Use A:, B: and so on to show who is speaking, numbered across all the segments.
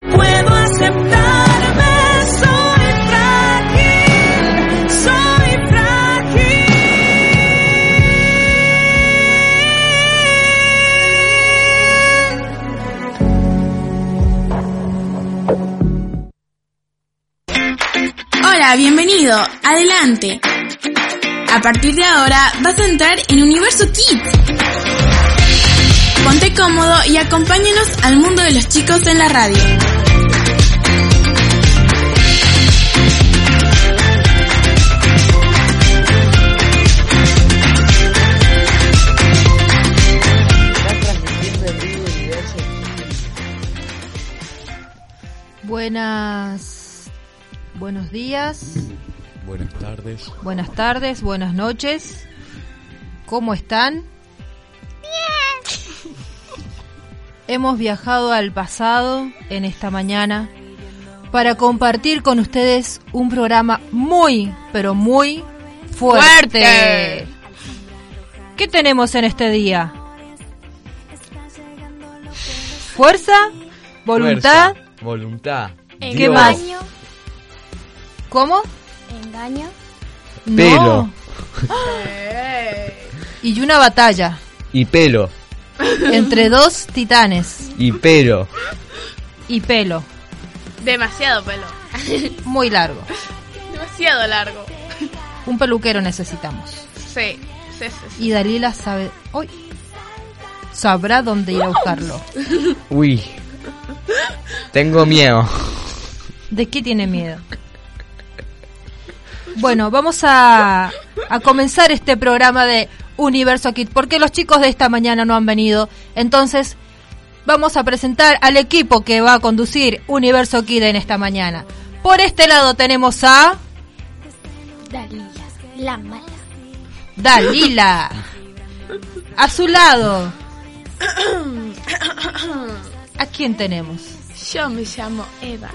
A: Puedo aceptarme, soy frágil, soy frágil.
B: Hola, bienvenido. Adelante. A partir de ahora vas a entrar en Universo Kids. Ponte cómodo y acompáñanos al mundo de los chicos en la radio.
C: Está transmitiendo en vivo Universo Kids.
D: Buenas, buenos días,
E: Buenas tardes.
D: buenas tardes, buenas noches. ¿Cómo están? Bien. Hemos viajado al pasado en esta mañana para compartir con ustedes un programa muy, pero muy fuerte.
B: ¡Fuerte!
D: ¿Qué tenemos en este día? Fuerza, voluntad,
E: Fuerza, Voluntad.
D: ¿Qué
E: Dios,
D: más? ¿cómo?
F: Engaño.
E: Pelo.
D: Y una batalla
E: Y pelo.
D: entre dos titanes
E: Y pelo.
D: y pelo
F: Demasiado pelo.
D: muy largo.
F: Demasiado largo.
D: Un peluquero necesitamos.
F: Sí, sí, sí. sí.
D: Y Dalila sabe hoy sabrá dónde ir a buscarlo.
E: Uy. Tengo miedo.
D: ¿De qué tiene miedo? Bueno, vamos a, a comenzar este programa de Universo Kid, porque los chicos de esta mañana no han venido. Entonces, vamos a presentar al equipo que va a conducir Universo Kid en esta mañana. Por este lado tenemos a
F: Dalila, la mala.
D: Dalila. A su lado. ¿A quién tenemos?
F: Yo me llamo Eva.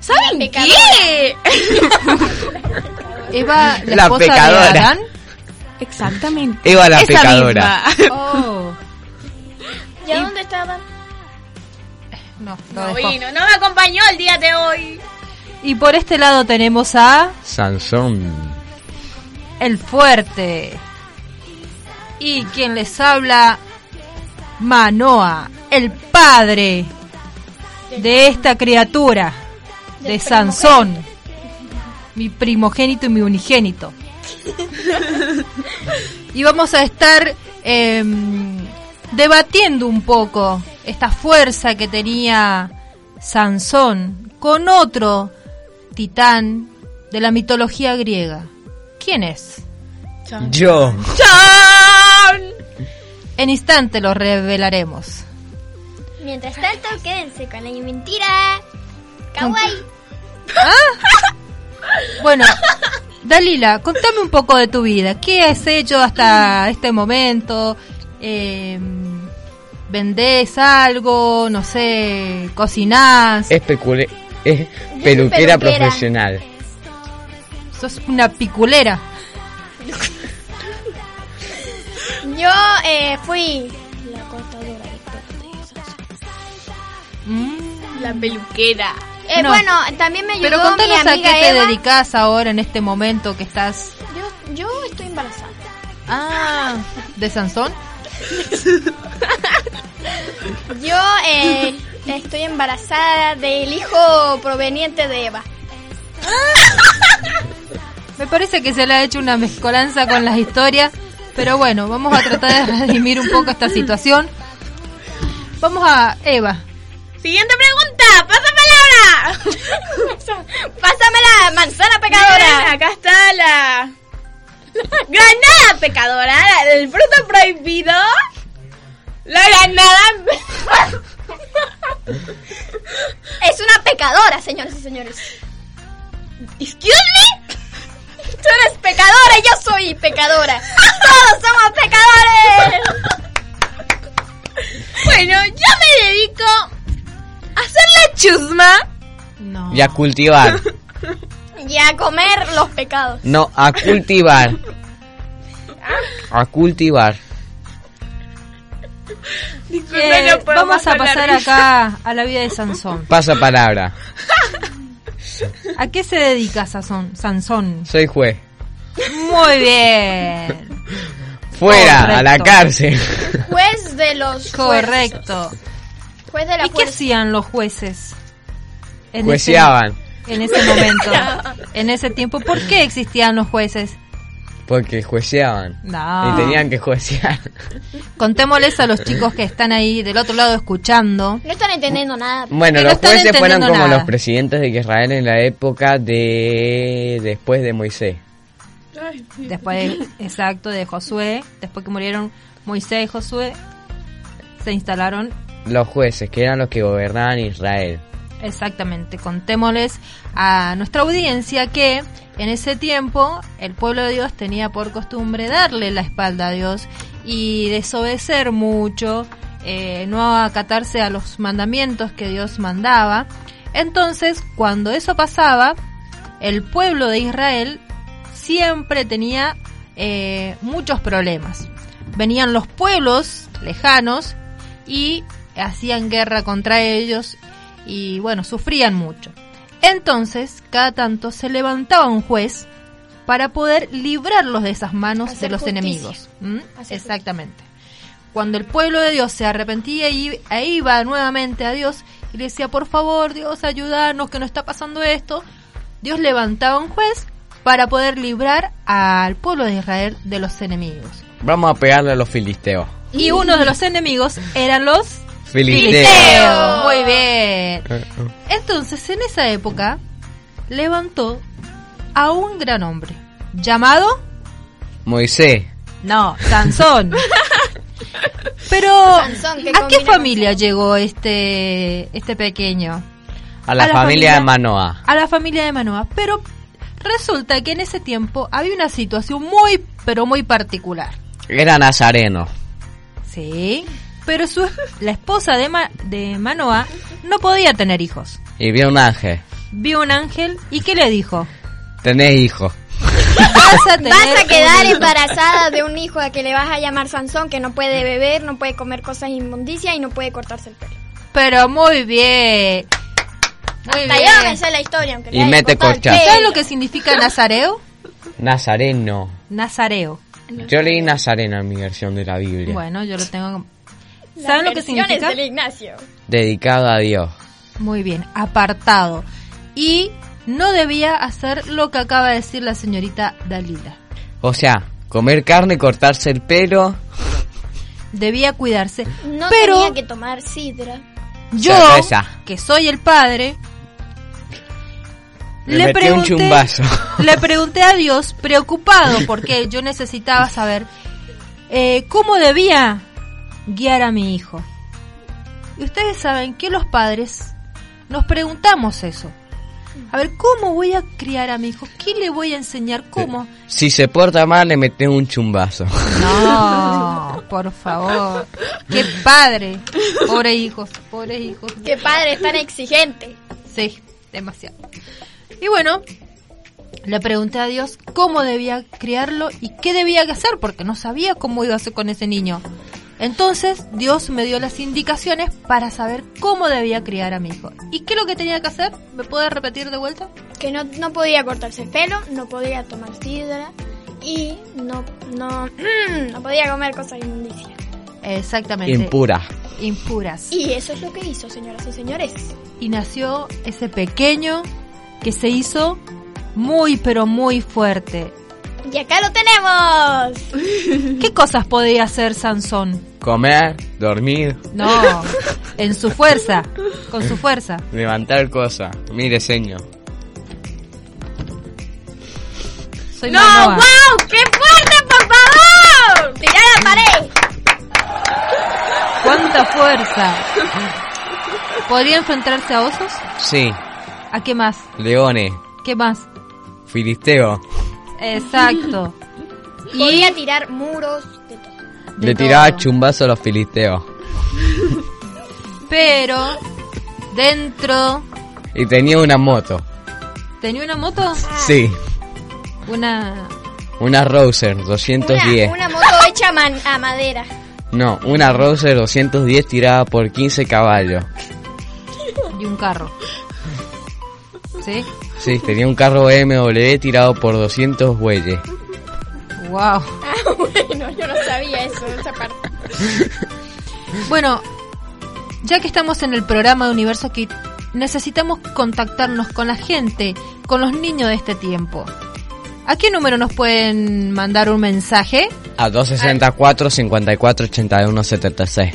B: ¿Saben
F: La
B: qué?
D: Eva, la,
E: La
D: esposa
E: pecadora.
D: de Adán.
B: Exactamente.
E: Eva la
B: Esa
E: pecadora.
B: misma.
D: Oh,
F: ¿Y a dónde estaban?
D: no, lo
F: No
D: dejó.
F: vino, no me acompañó el día de hoy.
D: Y por este lado tenemos a
E: Sansón.
D: El Fuerte. Y quien les habla, Manoa, el padre de esta criatura, de Sansón. Mi primogénito y mi unigénito. Y vamos a estar em, debatiendo un poco esta fuerza que tenía Sansón con otro titán de la mitología griega. ¿Quién es?
E: Yo.
D: En instante lo revelaremos.
G: Mientras tanto, quédense con la mentira. Kawaii.
D: Bueno, Dalila, contame un poco de tu vida. ¿Qué has hecho
G: Mm.
D: hasta este momento? Eh, ¿Vendés algo? No sé, cocinás.
E: Es, pecule- es
G: soy
E: peluquera
G: peluquera.
E: profesional.
D: Sos una piculera.
G: Yo eh, fui la cortadora de pelo de Sansón.
D: Mm.
F: La peluquera.
G: Eh,
D: No.
G: Bueno, también me ayudó
D: Pero
G: mi
D: contanos a qué
G: amiga
D: te
G: Eva.
D: dedicas ahora en este momento que estás
G: Yo, yo estoy embarazada.
D: ah, de Sansón.
G: Yo eh, estoy embarazada del hijo proveniente de Eva.
D: Me parece que se le ha hecho una mezcolanza con las historias, pero bueno, vamos a tratar de redimir un poco esta situación. Vamos a Eva.
F: Siguiente pregunta, pasa palabra.
G: Pásame la manzana
F: Bien,
G: pecadora.
F: acá está la granada pecadora, la- el fruto prohibido. La granada.
G: Es una pecadora, señoras y señores.
F: Excuse me.
G: Tú eres pecadora y yo soy pecadora. Todos somos pecadores.
F: Bueno, yo me dedico a hacer la chusma.
D: No.
E: Y a cultivar.
G: Y a comer los pecados.
E: No, a cultivar.
D: Ah.
E: A cultivar.
D: Eh,
F: Disculpen, no puedo
D: vamos a
F: más con la
D: pasar
F: risa.
D: acá a la vida de Sansón.
E: Pasa palabra.
D: ¿A qué se dedica Sansón? Sansón.
E: Soy juez.
D: Muy bien.
E: Fuera, a la
D: Correcto.
E: cárcel.
G: Juez de los.
D: Correcto.
G: jueces. Juez de la
D: ¿Y qué
F: pues-
G: fuerza.
D: hacían los jueces? En ese-
E: Jueceaban.
D: en ese momento. En ese tiempo. ¿Por qué existían los jueces?
E: Porque jueceaban.
D: No.
E: Y tenían que juecear.
D: Contémosles a los chicos que están ahí del otro lado escuchando.
G: No están entendiendo nada.
E: Bueno,
D: Que no
E: los
D: están
E: jueces fueron
D: entendiendo
E: como
D: nada.
E: los presidentes de Israel en la época de... después de Moisés.
D: Después, exacto, de Josué. Después que murieron Moisés y Josué, se instalaron
E: Los jueces, que eran los que gobernaban Israel.
D: Exactamente, contémosles a nuestra audiencia que en ese tiempo el pueblo de Dios tenía por costumbre darle la espalda a Dios y desobedecer mucho, eh, no acatarse a los mandamientos que Dios mandaba. Entonces, cuando eso pasaba, el pueblo de Israel siempre tenía eh, muchos problemas. Venían los pueblos lejanos y hacían guerra contra ellos y bueno, sufrían mucho. Entonces, cada tanto se levantaba un juez para poder librarlos de esas manos
G: Hacer
D: de los
G: justicia.
D: enemigos. ¿Mm?
G: Hacer
D: Exactamente. Cuando el pueblo de Dios se arrepentía y e iba nuevamente a Dios y le decía, por favor, Dios, ayúdanos, que no está pasando esto, Dios levantaba un juez para poder librar al pueblo de Israel de los enemigos.
E: Vamos a pegarle a los filisteos.
D: Y uno de los enemigos eran los
E: Filisteos.
D: filisteos. Muy bien. Entonces, en esa época, levantó a un gran hombre llamado
E: Moisés.
D: no, Sansón. Pero
G: Sansón, que
D: ¿a qué
G: combina
D: familia llegó este este pequeño?
E: A la,
D: A la
E: familia
D: familia-
E: de Manoa.
D: a la familia de Manoa, pero resulta que en ese tiempo había una situación muy, pero muy particular.
E: Era nazareno.
D: Sí, pero su, la esposa de, Ma- de Manoa no podía tener hijos.
E: Y vio un ángel.
D: Vio un ángel y ¿qué le dijo?
E: Tenés hijos.
D: Vas a, tener
G: Vas a quedar
D: un hijo.
G: embarazada de un hijo a que le vas a llamar Sansón, que no puede beber, no puede comer cosas inmundicias y no puede cortarse el pelo.
D: Pero muy bien. Muy
G: Hasta yo me
D: bien.
G: sé la historia, aunque le
E: Y
G: haya
E: mete
G: cortado el
E: corchata.
G: pelo.
D: ¿Sabes lo que significa nazareo?
E: Nazareno.
D: Nazareo.
E: Yo leí nazareno en mi versión de la Biblia.
D: Bueno, yo lo tengo. como-
G: Las
D: ¿Saben lo que
G: versiones
D: significa?
G: del Ignacio.
E: Dedicado a Dios.
D: Muy bien, apartado. Y no debía hacer lo que acaba de decir la señorita Dalila.
E: O sea, comer carne, cortarse el pelo.
D: Debía cuidarse.
G: No
D: Pero-
G: tenía que tomar sidra.
D: Yo,
E: Cerveza.
D: que soy el padre,
E: Le metí un chumbazo.
D: le pregunté a Dios, preocupado, porque yo necesitaba saber eh, cómo debía guiar a mi hijo. Y ustedes saben que los padres nos preguntamos eso. A ver, ¿cómo voy a criar a mi hijo? ¿Qué le voy a enseñar? ¿Cómo?
E: Si se porta mal, le metes un chumbazo.
D: No, por favor. Qué padre. Pobres hijos, pobres hijos.
G: Qué padre, es tan exigente.
D: Sí, demasiado. Y bueno, le pregunté a Dios cómo debía criarlo y qué debía hacer, porque no sabía cómo iba a hacer con ese niño. Entonces Dios me dio las indicaciones para saber cómo debía criar a mi hijo. ¿Y qué es lo que tenía que hacer? ¿Me puede repetir de vuelta?
G: Que no, no podía cortarse el pelo, no podía tomar sidra y no, no, no podía comer cosas inmundicias.
D: Exactamente.
E: Impura.
D: Impuras.
G: Y eso es lo que hizo, señoras y señores.
D: y nació ese pequeño que se hizo muy pero muy fuerte.
G: Y acá lo tenemos.
D: ¿Qué cosas podía hacer Sansón?
E: Comer, dormir,
D: No, en su fuerza, con su fuerza.
E: levantar cosas. Mire, señor.
D: Soy
F: No,
D: Manoa.
F: wow, qué fuerte, por favor.
G: ¡Tirá la pared!
D: ¡Cuánta fuerza! ¿Podría enfrentarse a osos?
E: Sí,
D: ¿A qué más?
E: Leone,
D: ¿Qué más?
E: Filisteo.
D: Exacto.
G: Podía tirar muros de todo.
D: De
E: Le tiraba
D: todo.
E: chumbazo a los filisteos.
D: Pero dentro
E: Y tenía una moto.
D: tenía una moto,
G: Ah.
E: Sí,
D: una
E: una Rouser
G: Una,
E: 210.
G: una moto hecha a man- a madera.
E: No, una Rouser 210 tirada por 15 caballos.
D: y un carro. ¿Sí?
E: Sí, tenía un carro BMW tirado por 200 bueyes.
D: Wow.
G: No, yo no sabía eso, esa parte.
D: Bueno, ya que estamos en el programa de Universo Kid, necesitamos contactarnos con la gente, con los niños de este tiempo. ¿A qué número nos pueden mandar un mensaje?
E: A 264 54 81 76.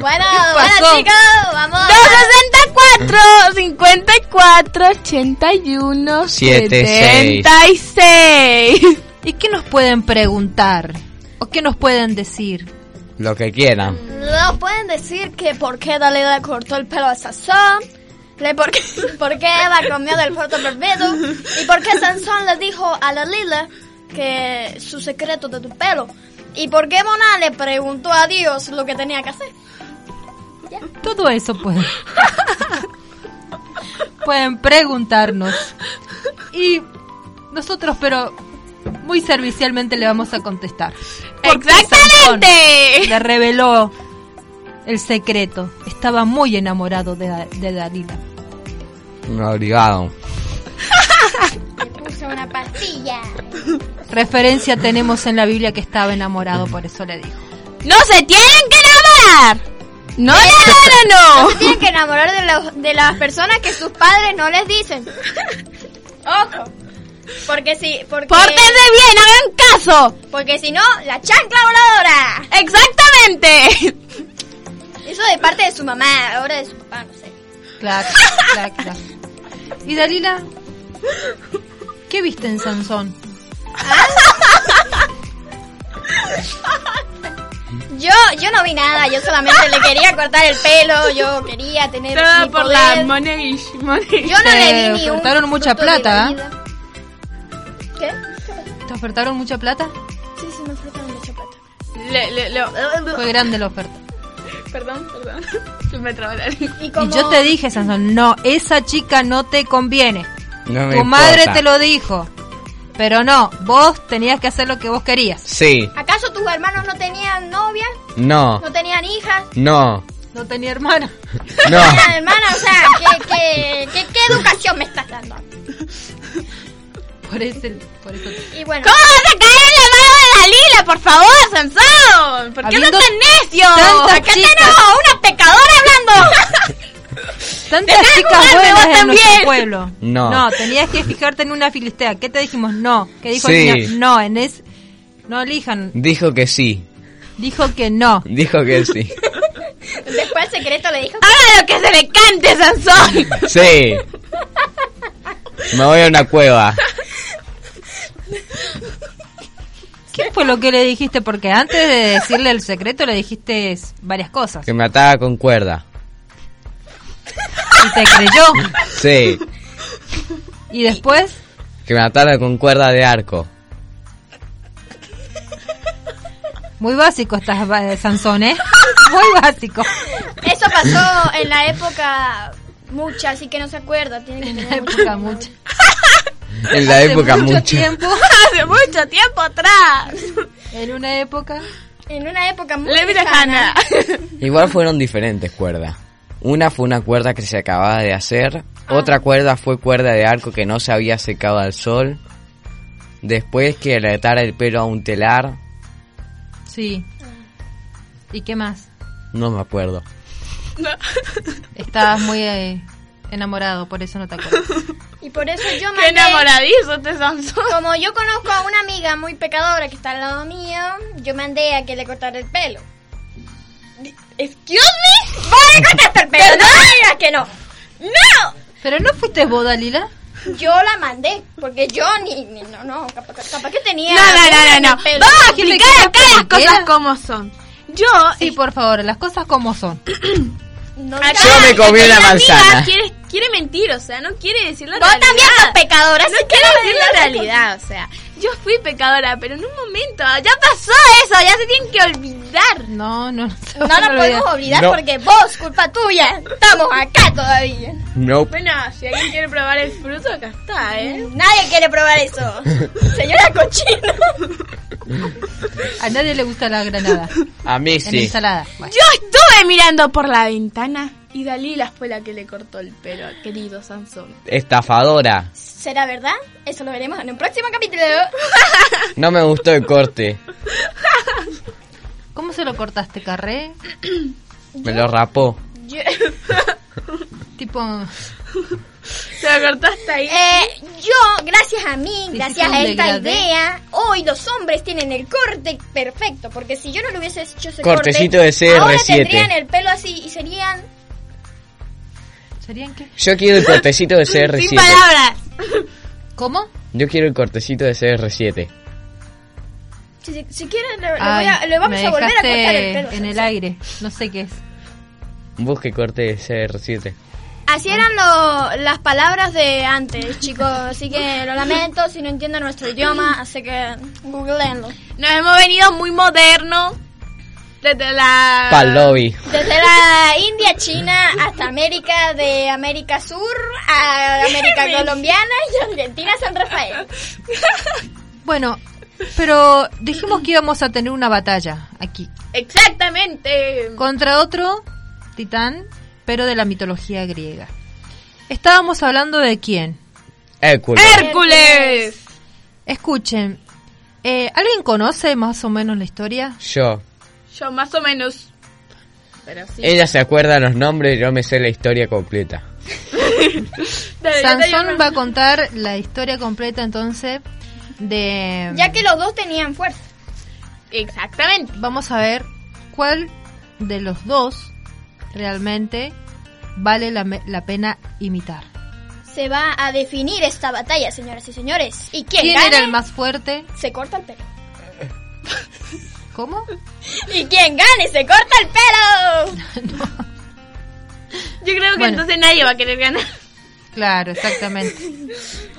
G: Bueno,
D: pasó?
G: bueno chicos, vamos.
F: 264 54 81
E: Siete, seis.
F: 76
D: ¿Y qué nos pueden preguntar? ¿O qué nos pueden decir?
E: Lo que quieran.
G: Nos pueden decir que por qué Dalila cortó el pelo a Sansón, que por qué, por qué Eva comió del fruto prohibido y por qué Sansón le dijo a Dalila que su secreto de tu pelo y por qué Moná le preguntó a Dios lo que tenía que hacer.
D: Todo eso pueden. pueden preguntarnos. Y nosotros, pero muy servicialmente le vamos a contestar. Porque Sansón
F: Exactamente.
D: Le reveló el secreto. Estaba muy enamorado de, Da- de Dalila.
E: Un obligado.
G: Le puse una pastilla.
D: Referencia tenemos en la Biblia que estaba enamorado, por eso le dijo.
F: No se tienen que enamorar. No, no, no, no, no.
G: Tienen que enamorar de, los- de las personas que sus padres no les dicen. Ojo. Porque si, porque,
F: Pórtense bien, hagan caso.
G: porque si no, la chancla voladora.
F: Exactamente.
G: Eso de parte de su mamá, ahora de su papá, no sé.
D: Claro, claro, claro. ¿Y Dalila? ¿Qué viste en Sansón?
G: Yo, yo no vi nada, yo solamente le quería cortar el pelo, yo quería tener mi
F: Todo por la
G: poder.
F: Monet. Monet.
G: Yo no
D: Te
G: le vi ni un
D: ofertaron mucha
G: fruto de
D: plata,
G: la
D: ¿eh?
G: vida. ¿Qué?
D: ¿Te ofertaron mucha plata?
G: Sí, sí, me ofertaron mucha plata.
F: Le- le- le-
D: Fue grande la oferta.
F: Perdón, perdón. Se me trabó la lengua.
G: Y,
D: Y yo te dije, Sansón, no, esa chica no te conviene.
E: No me
D: tu madre
E: importa.
D: te lo dijo. Pero no, vos tenías que hacer lo que vos querías.
E: Sí.
G: ¿Acaso tus hermanos no tenían novia?
F: Ah.
E: No.
G: ¿No tenían hijas?
E: No.
D: No tenía hermana.
E: No.
G: ¿No tenían hermanas? O sea, ¿qué, qué, qué, qué educación me estás dando?
D: Por ese, por eso.
G: Y bueno,
F: ¿Cómo vas a caer en la mano de Dalila, por favor, Sansón? ¿Por qué
D: Habiendo
F: sos tan necio?
D: tantas
F: Acá
D: chicas.
F: tenemos a una pecadora hablando.
D: Tantas
F: Dejá de
D: chicas
F: jugarme
D: buenas en
F: vos
D: nuestro
F: también.
D: pueblo.
E: No.
D: No, tenías que fijarte en una filistea. ¿Qué te dijimos? No. ¿Qué dijo
E: Sí.
D: el señor? No, en es. No elijan.
E: Dijo que sí.
D: Dijo que no.
E: Dijo que sí.
G: después el secreto le dijo
F: Haga lo que se le cante, Sansón.
E: Sí. Me voy a una cueva.
D: ¿Qué fue lo que le dijiste? Porque antes de decirle el secreto le dijiste varias cosas.
E: Que me ataba con cuerda.
D: Y te creyó.
E: Sí.
D: Y después.
E: Que me atara con cuerda de arco.
D: Muy básico estás, eh, Sansón, ¿eh? Muy básico.
G: Eso pasó en la época mucha, así que no se acuerda. Tiene que
D: En
G: tener
D: la época mucho.
E: En la
D: Hace
E: época
D: mucho
E: mucho.
D: tiempo.
F: Hace mucho tiempo atrás.
D: En una época.
G: En una época muy
F: Le mira
G: lejana.
F: Hannah.
E: Igual fueron diferentes cuerdas. Una fue una cuerda que se acababa de hacer,
D: Ah.
E: otra cuerda fue cuerda de arco que no se había secado al sol. Después que le atara el pelo a un telar,
D: Sí. ¿Y qué más?
E: no me acuerdo.
D: Estabas muy eh, enamorado, por eso no te acuerdas.
G: Y por eso yo
F: Qué
G: mandé...
F: enamoradizo este Sansón.
G: Como yo conozco a una amiga muy pecadora que está al lado mío, yo mandé a que le cortara el pelo.
F: Excuse me.
G: ¡Vos le cortaste el pelo! ¡No me digas que no!
F: No.
D: ¿Pero no fuiste vos, Dalila?
G: Yo la mandé, porque yo ni... ni- no, no, capaz, capaz que tenía...
F: No, no, no, no, no.
G: pelo.
F: Vamos a
D: ¿Qué te
F: explicar acá
D: crees,
F: las cosas
D: puntera?
F: como son. Yo
D: Sí, por favor, las cosas como son.
G: No
F: Acá,
G: digas-
E: Yo me comí
F: acá
E: una
F: la amiga
E: manzana.
F: Ah, Quiere, quiere mentir, o sea, no quiere decir la
G: Vos
F: realidad.
G: también sos pecadora,
F: No
G: así que
F: quiere
G: no me
F: decir la
G: digas que-
F: realidad, o sea, yo fui pecadora, pero en un momento, ya pasó eso, ya se tienen que olvidar.
D: No, no.
G: No nos podemos olvidar
E: No.
G: porque vos, culpa tuya, estamos acá todavía.
E: No.
F: Bueno, si alguien quiere probar el fruto, acá está, ¿eh?
G: Mm, Nadie quiere probar eso. Señora cochina.
D: A nadie le gusta la granada.
E: A mí
D: En
E: sí.
D: ensalada. Bueno.
F: Yo estuve mirando por la ventana y Dalila fue la que le cortó el pelo al querido Sansón.
E: Estafadora.
G: ¿Será verdad? Eso lo veremos en un próximo capítulo.
E: No me gustó el corte.
D: ¿Cómo se lo cortaste, carré?
E: Me lo rapó.
G: Yo-
D: Tipo,
F: Se lo cortaste ahí.
G: eh, yo, gracias a mí,
D: Hiciste
G: gracias
D: un
G: a esta
D: degradé.
G: idea, hoy los hombres tienen el corte perfecto. Porque si yo no lo hubiese hecho ese corte,
E: Cortecito de CR7.
G: ahora tendrían el pelo así y serían...
D: ¿serían qué?
E: Yo quiero el cortecito de
F: Sin
E: CR7.
F: palabras.
D: ¿Cómo?
E: Yo quiero el cortecito de CR7.
G: Si, si- si quieren, le, le voy
D: Ay,
G: a- le vamos
D: me
G: a volver a
D: dejaste
G: cortar el pelo.
D: En el
G: Sansón.
D: aire. No sé qué es.
E: Busque corte de CR7.
G: Así eran lo- las palabras de antes, chicos. Así que lo lamento si no entienden nuestro idioma. Así que googleenlo.
F: Nos hemos venido muy moderno. Desde la...
E: Pal lobby.
G: Desde la India, China, hasta América, de América Sur a América Colombiana y Argentina, San Rafael.
D: Bueno, pero dijimos que íbamos a tener una batalla aquí.
F: Exactamente.
D: Contra otro titán, pero de la mitología griega. Estábamos hablando de quién.
E: Hércules.
F: Ah. Hércules.
D: Escuchen, eh, ¿alguien conoce más o menos la historia?
E: Yo.
F: Yo más o menos. Pero sí.
E: Ella se acuerda los nombres, yo me sé la historia completa.
G: Eh,
F: Dale, yo te
D: Sansón
F: digo-
D: va a contar la historia completa entonces de...
G: Ya que los dos tenían fuerza.
F: Exactamente.
D: Vamos a ver cuál de los dos realmente vale la, me- la pena imitar.
G: Se va a definir esta batalla, señoras y señores. ¿Y quién,
D: ¿Quién
G: gane?
D: era el más fuerte?
G: Se corta el pelo.
D: ¿Cómo?
G: ¿Y quién gane? Se corta el pelo.
F: Yo creo que
D: Bueno.
F: entonces nadie va a querer ganar.
D: Claro, exactamente.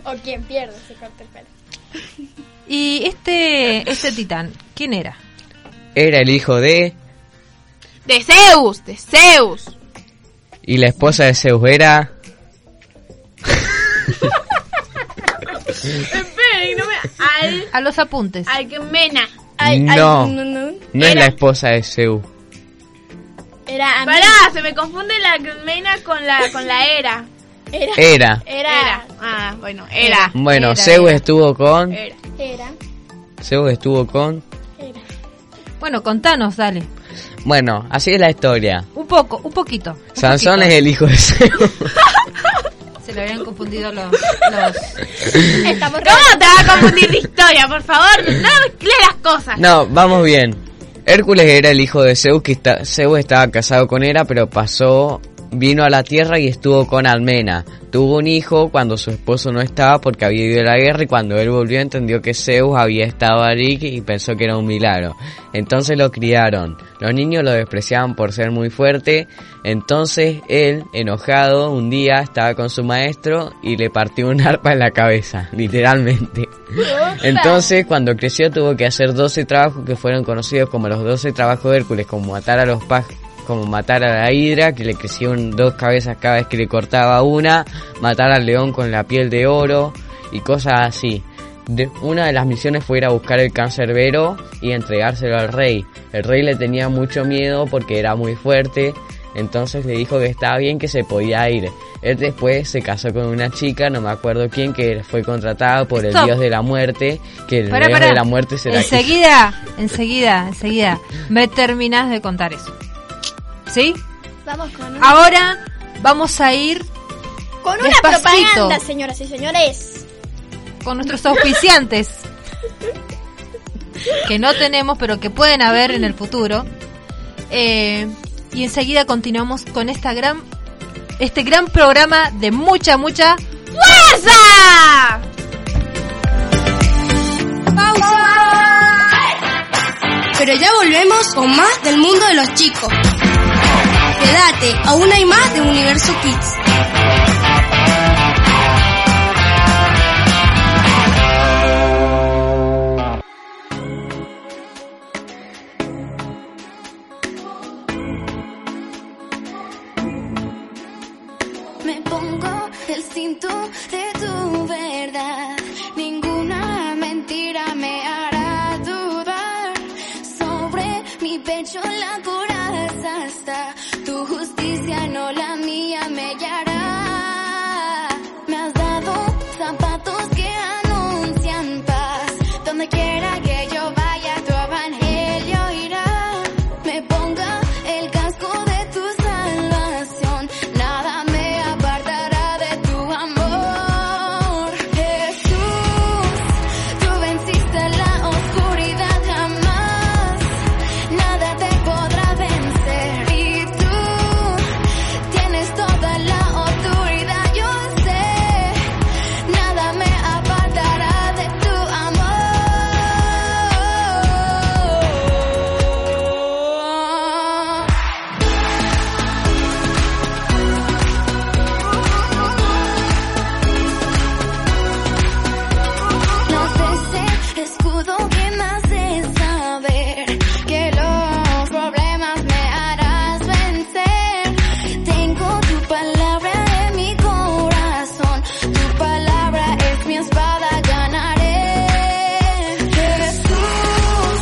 G: O quien pierde, se corta el pelo.
D: Y este, este titán, ¿quién era?
E: Era el hijo de...
F: De Zeus, de Zeus.
E: Y la esposa de Zeus era...
F: Esperen, no me. Al.
D: A los apuntes.
F: Al que mena.
E: No.
G: no, no.
E: No es la esposa de Zeus.
G: Era a mí.
F: Pará, se me confunde la mena con la, con la era.
G: Era.
E: Era.
G: Era.
F: Ah, bueno, era.
E: Bueno,
D: Era,
E: Zeus
D: era.
E: estuvo con...
F: Era.
G: Era.
E: Zeus estuvo con...
G: Era.
D: Bueno, contanos, dale.
E: Bueno, así es la historia.
D: Un poco, un poquito. un
E: Sansón
D: poquito.
E: es el hijo de Zeus.
D: Se le habían confundido los... los...
G: Estamos
F: ¿Cómo te va a confundir de historia? Por favor, no mezcles las cosas.
E: No, vamos bien. Hércules era el hijo de Zeus, que está, Zeus estaba casado con Hera, pero pasó, vino a la tierra y estuvo con Almena. Tuvo un hijo cuando su esposo no estaba porque había ido a la guerra y cuando él volvió entendió que Zeus había estado ahí y pensó que era un milagro. Entonces lo criaron. Los niños lo despreciaban por ser muy fuerte. Entonces él, enojado, un día estaba con su maestro y le partió un arpa en la cabeza, literalmente. Entonces, cuando creció, tuvo que hacer 12 trabajos que fueron conocidos como los 12 trabajos de Hércules, como matar a los pájaros. Como matar a la hidra, que le crecieron dos cabezas cada vez que le cortaba una, matar al león con la piel de oro y cosas así. De- una de las misiones fue ir a buscar el cancerbero y entregárselo al rey. El rey le tenía mucho miedo porque era muy fuerte, entonces le dijo que estaba bien, que se podía ir. Él después se casó con una chica, no me acuerdo quién, que fue contratada por
D: Stop.
E: el dios de la muerte, que el
D: Pará,
E: dios
D: pará.
E: de la muerte será
D: Enseguida, enseguida, enseguida. Me terminás de contar eso. ¿Sí?
G: Vamos con
F: Ah,
G: una,
D: Ahora vamos a ir
G: con una
D: despacito.
G: propaganda, señoras y señores.
D: con nuestros auspiciantes. que no tenemos, pero que pueden haber en el futuro. Eh, y enseguida continuamos con esta gran, este gran programa de mucha, mucha
F: ¡Fuerza!
H: Pero ya volvemos con más del mundo de los chicos.
I: Quédate, aún hay más de Universo Kids.
J: Me pongo el cinto de tu verdad. Ninguna mentira me hará dudar. Sobre mi pecho la coraza está. Tu justicia, no la mía, me guiará. Me has dado zapatos que anuncian paz. Donde quiera que yo vaya, tu evangelio irá. Me ponga el casco de tu salvación. Nada me apartará de tu amor. Jesús, tú venciste la oscuridad jamás. Nada te podrá vencer. Y tú tienes toda la autoridad, yo sé. Nada me apartará de tu amor. No sé ese escudo que me hace saber que los problemas me harás vencer. Tengo tu palabra en mi corazón, tu palabra es mi espada, ganaré. Jesús,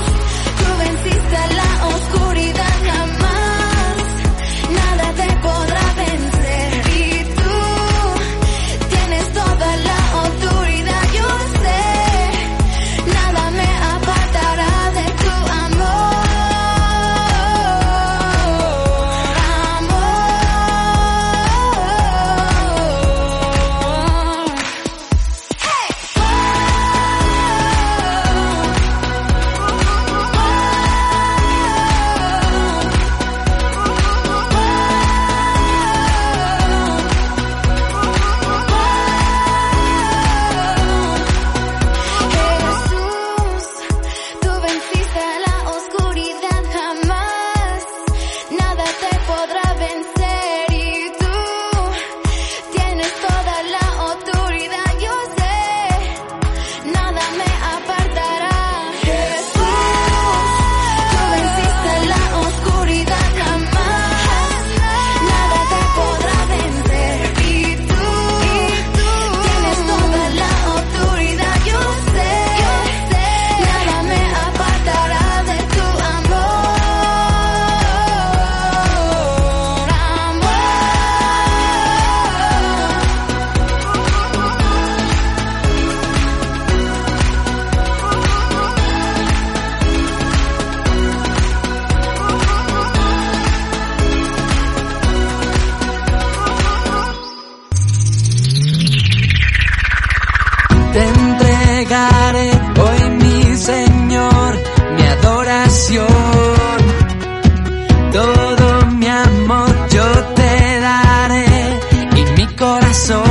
J: tú venciste la oscuridad jamás, nada te podrá vencer y tú. Tienes toda la autoridad, yo sé. Nada me apartará de tu amor. Amor. Oh. Jesús, tú venciste a la oscuridad jamás, nada te podrá vencer y tú tienes toda la autoridad, yo sé, nada me apartará. Jesús, tú venciste a la oscuridad jamás, nada te podrá vencer y tú tienes toda la autoridad, yo sé, nada me apartará de tu amor, amor.
A: Te entregaré hoy, mi Señor, mi adoración. Todo mi amor yo te daré y mi corazón.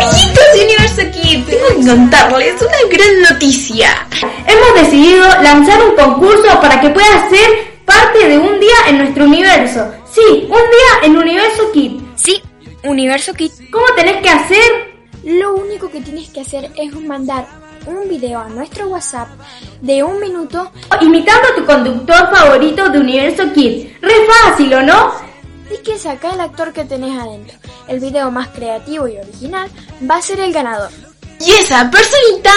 F: Amiguitos de Universo Kids, tengo que contarles una gran noticia. Hemos decidido lanzar un concurso para que puedas ser parte de un día en nuestro universo. Sí, un día en Universo Kids. Sí, Universo Kids. ¿Cómo tenés que hacer?
G: Lo único que tienes que hacer es mandar un video a nuestro WhatsApp de un minuto
F: imitando a tu conductor favorito de Universo Kids. Re fácil, ¿o no?
G: y que saca el actor que tenés adentro. El video más creativo y original va a ser el ganador.
K: Y esa personita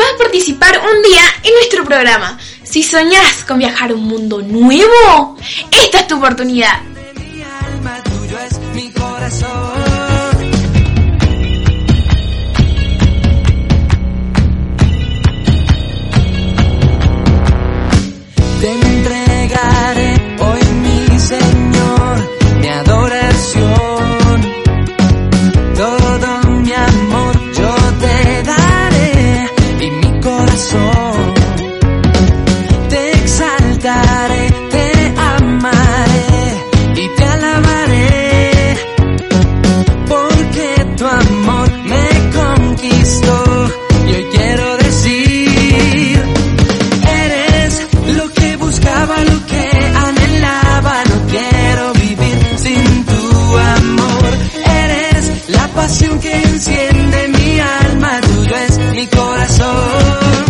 K: va a participar un día en nuestro programa. Si soñás con viajar a un mundo nuevo, esta es tu oportunidad.
A: alma tuyo es mi corazón. Te entregaré hoy mi Señor, mi adoración. Todo mi amor yo te daré y mi corazón. Te exaltaré, te amaré y te alabaré. pasión que enciende mi alma, tuyo es mi corazón.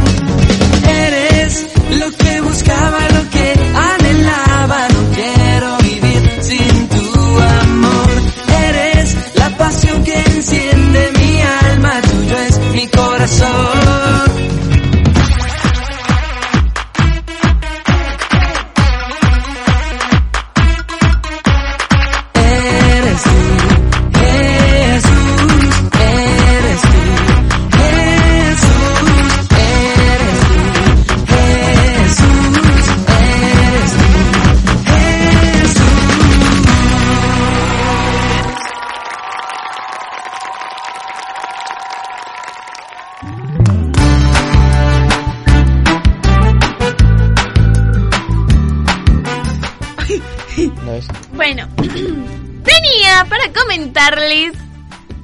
A: Eres lo que buscaba, lo que anhelaba, no quiero vivir sin tu amor. Eres la pasión que enciende mi alma, tuyo es mi corazón. Eres tú, Jesús, eres tú, Jesús, eres tú, Jesús, eres tú, Jesús.
E: No es-
B: Bueno, tenía para comentarles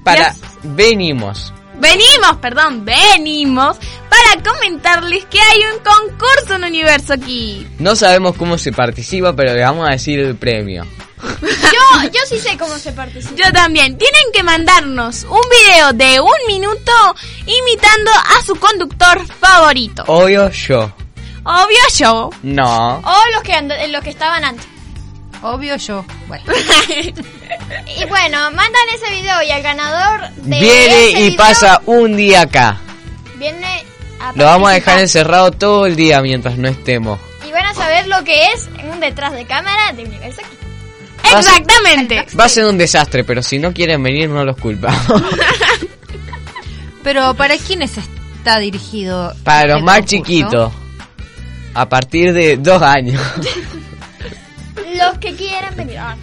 E: Para, venimos.
B: Venimos, perdón, venimos para comentarles que hay un concurso en Universo Kids.
E: No sabemos cómo se participa, pero le vamos a decir el premio.
B: Yo, yo sí sé cómo se participa. Yo también. Tienen que mandarnos un video de un minuto imitando a su conductor favorito.
E: Obvio yo.
B: Obvio yo.
E: No.
G: los que, and- eh, los que estaban antes.
D: Obvio yo. Bueno.
G: y bueno, mandan ese video y al ganador de
E: Viene
G: ese
E: y
G: video
E: pasa un día acá.
G: Viene a
E: Lo vamos a dejar
G: participar.
E: encerrado todo el día mientras no estemos.
G: Y van a saber lo que es un detrás de cámara de Universo Kids.
E: Va a ser-
B: Exactamente.
E: Va a ser un desastre, pero si no quieren venir no los culpamos.
D: Pero ¿para quiénes está dirigido?
E: Para los
D: este
E: más
D: concurso?
E: chiquitos. A partir de dos años.
G: Los que quieran venir. Ah, no.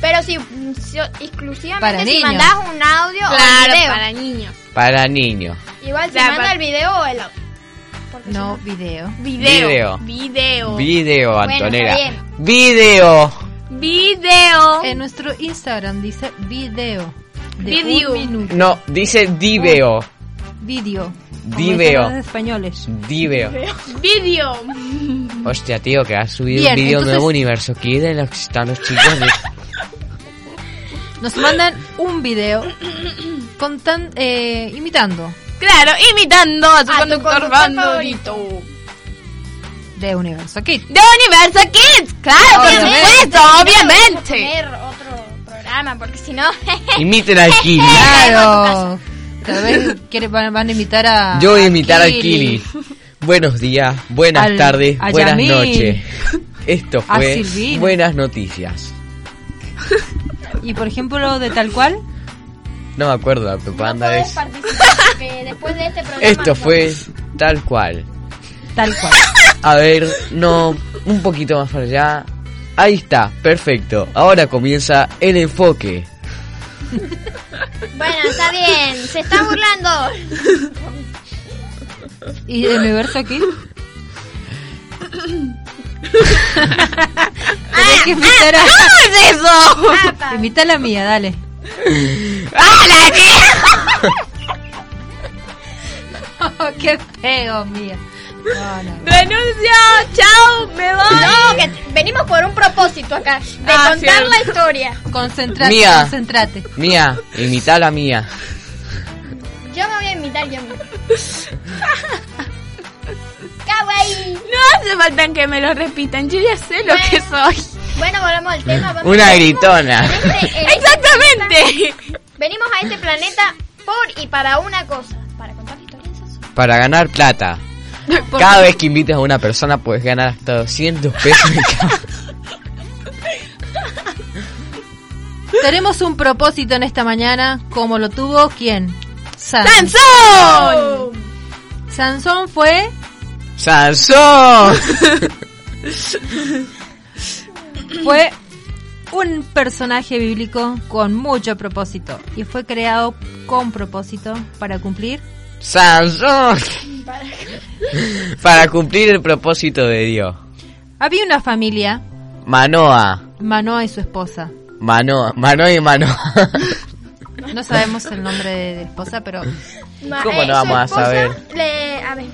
G: Pero si, si- exclusivamente
D: Para
G: si
D: niños.
G: mandás un audio o un
B: Claro,
G: video.
B: para niños.
E: Para niños.
G: Igual si
B: Claro,
G: manda
B: para-
G: el video o el audio.
D: No, video.
E: Video.
B: Video. Video.
E: Video,
D: Bueno,
E: Antonella.
D: está
E: Video.
B: Video.
D: En nuestro Instagram dice video. De
B: Video.
D: un minuto.
E: No, dice diveo.
D: Video. Como
E: Diveo.
D: dicen los españoles.
E: Diveo.
B: Video.
E: Hostia, tío, que ha subido
D: Bien,
E: un video
D: entonces-
E: nuevo Universo Kid en los que están los chicos de...
D: Nos mandan un video con tan, eh, imitando
B: Claro, imitando a su
D: A tu
B: conductor,
D: conductor
B: favorito.
D: de Universo Kid.
B: De Universo Kids, claro, por
G: Obviamente,
B: supuesto,
G: si no, vamos a
B: obviamente.
G: poner otro programa porque si no.
E: Imiten al Kili.
D: Claro. Tal vez quiere- van, van a imitar a.
E: Yo voy a imitar al Kili. Buenos días, buenas
D: Al-
E: tardes,
D: a
E: buenas
D: Yamil.
E: noches. Esto
D: A
E: fue
D: Silvina.
E: Buenas Noticias.
D: Y por ejemplo, de tal cual.
E: No me acuerdo la propaganda de eso.
G: que después de este programa.
E: Esto fue tal cual.
D: Tal cual.
E: A ver, no, un poquito más para allá. Ahí está, perfecto. Ahora comienza el enfoque.
G: Bueno, está bien, se está burlando.
D: ¿Y de Universo Kid? Tenés que imitar a.
B: Ah, ¿Cómo es eso?
D: Imita a la mía, dale.
B: ¡Hala,
D: ¡Qué feo, mía! No, no.
B: Renuncio, chao, me voy.
G: No, que t- venimos por un propósito acá, de
B: Ah,
G: contar
B: cierto.
G: la historia.
D: Concentrate,
E: Mía.
D: concentrate.
E: Mía, imita a la mía.
G: Yo me voy a invitar yo misma. Kawaii.
B: No hace falta que me lo repitan, yo ya sé lo que soy.
G: Bueno, volvemos al tema. vamos-
E: Una
G: venimos
E: gritona.
G: en este- en-
B: Exactamente.
G: Venimos a este planeta por y para una cosa, para contar historias.
E: Para ganar plata. Cada vez que invitas a una persona puedes ganar hasta 200 pesos. en cada-
D: Tenemos un propósito en esta mañana, como lo tuvo quién? San-
B: ¡Sansón!
D: Sansón fue
E: ¡Sansón!
D: fue un personaje bíblico con mucho propósito y fue creado con propósito para cumplir
E: ¡Sansón! Para cumplir el propósito de Dios.
D: Había una familia,
E: Manoa.
D: Manoa y su esposa.
E: Manoa. Manoa y Manoa.
D: No sabemos el nombre de, de esposa, pero
G: Ma-
E: ¿Cómo
G: eh,
E: no
G: su
E: vamos a
G: esposa
E: saber?
G: le- a ver.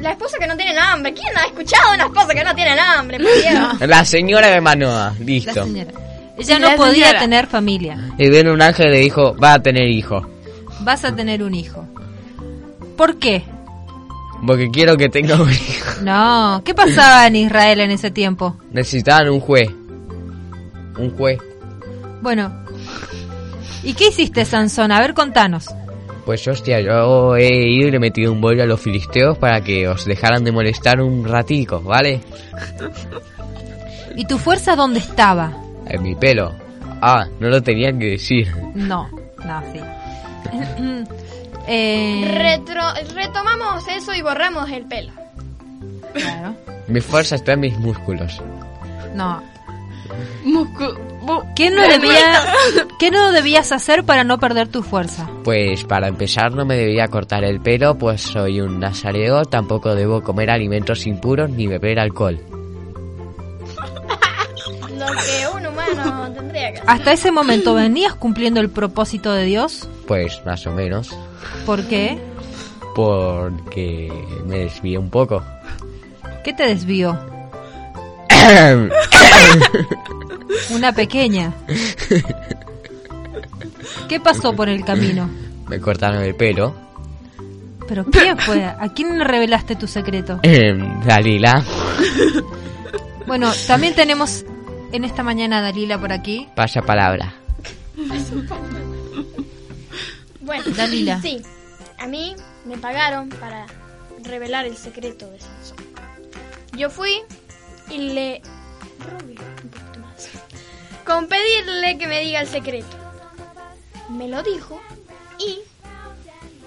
G: La esposa que no tiene nombre. ¿Quién ha escuchado una esposa que no tiene nombre? Por Dios.
E: La señora de Manoa.
D: la
E: Listo.
D: señora. Ella
B: Y
D: no
B: la
D: podía
B: señora.
D: tener familia.
E: Y viene un ángel y le dijo, va a tener hijo.
D: Vas a tener un hijo. ¿Por qué?
E: Porque quiero que tenga un hijo.
D: No, ¿qué pasaba en Israel en ese tiempo?
E: Necesitaban un juez. Un juez.
D: Bueno, ¿y qué hiciste, Sansón? A ver, contanos.
E: Pues hostia, yo he ido y le he metido un bollo a los filisteos para que os dejaran de molestar un ratico, ¿vale?
D: ¿Y tu fuerza dónde estaba?
E: En mi pelo. Ah, no lo tenían que decir.
D: No, no, sí. eh,
G: Retro- retomamos eso y borramos el pelo.
D: claro.
E: Mi fuerza está en mis músculos.
D: No. ¿Qué no, debía, ¿Qué no debías hacer para no perder tu fuerza?
E: Pues para empezar no me debía cortar el pelo, pues soy un nazareo, tampoco debo comer alimentos impuros ni beber alcohol.
G: Lo que un humano tendría que hacer.
D: ¿Hasta ese momento venías cumpliendo el propósito de Dios?
E: Pues más o menos,
D: ¿Por qué?
E: porque me desvié un poco.
D: ¿Qué te desvió? Una pequeña. ¿Qué pasó por el camino?
E: me cortaron el pelo.
D: ¿Pero qué fue? ¿A quién le revelaste tu secreto?
E: Em, Dalila,
D: Bueno, también tenemos en esta mañana a Dalila por aquí.
E: pasa palabra.
G: Bueno,
D: Dalila.
G: sí. A mí me pagaron para revelar el secreto de Sansón. Yo fui y le robé un poquito más. Con pedirle que me diga el secreto. Me lo dijo y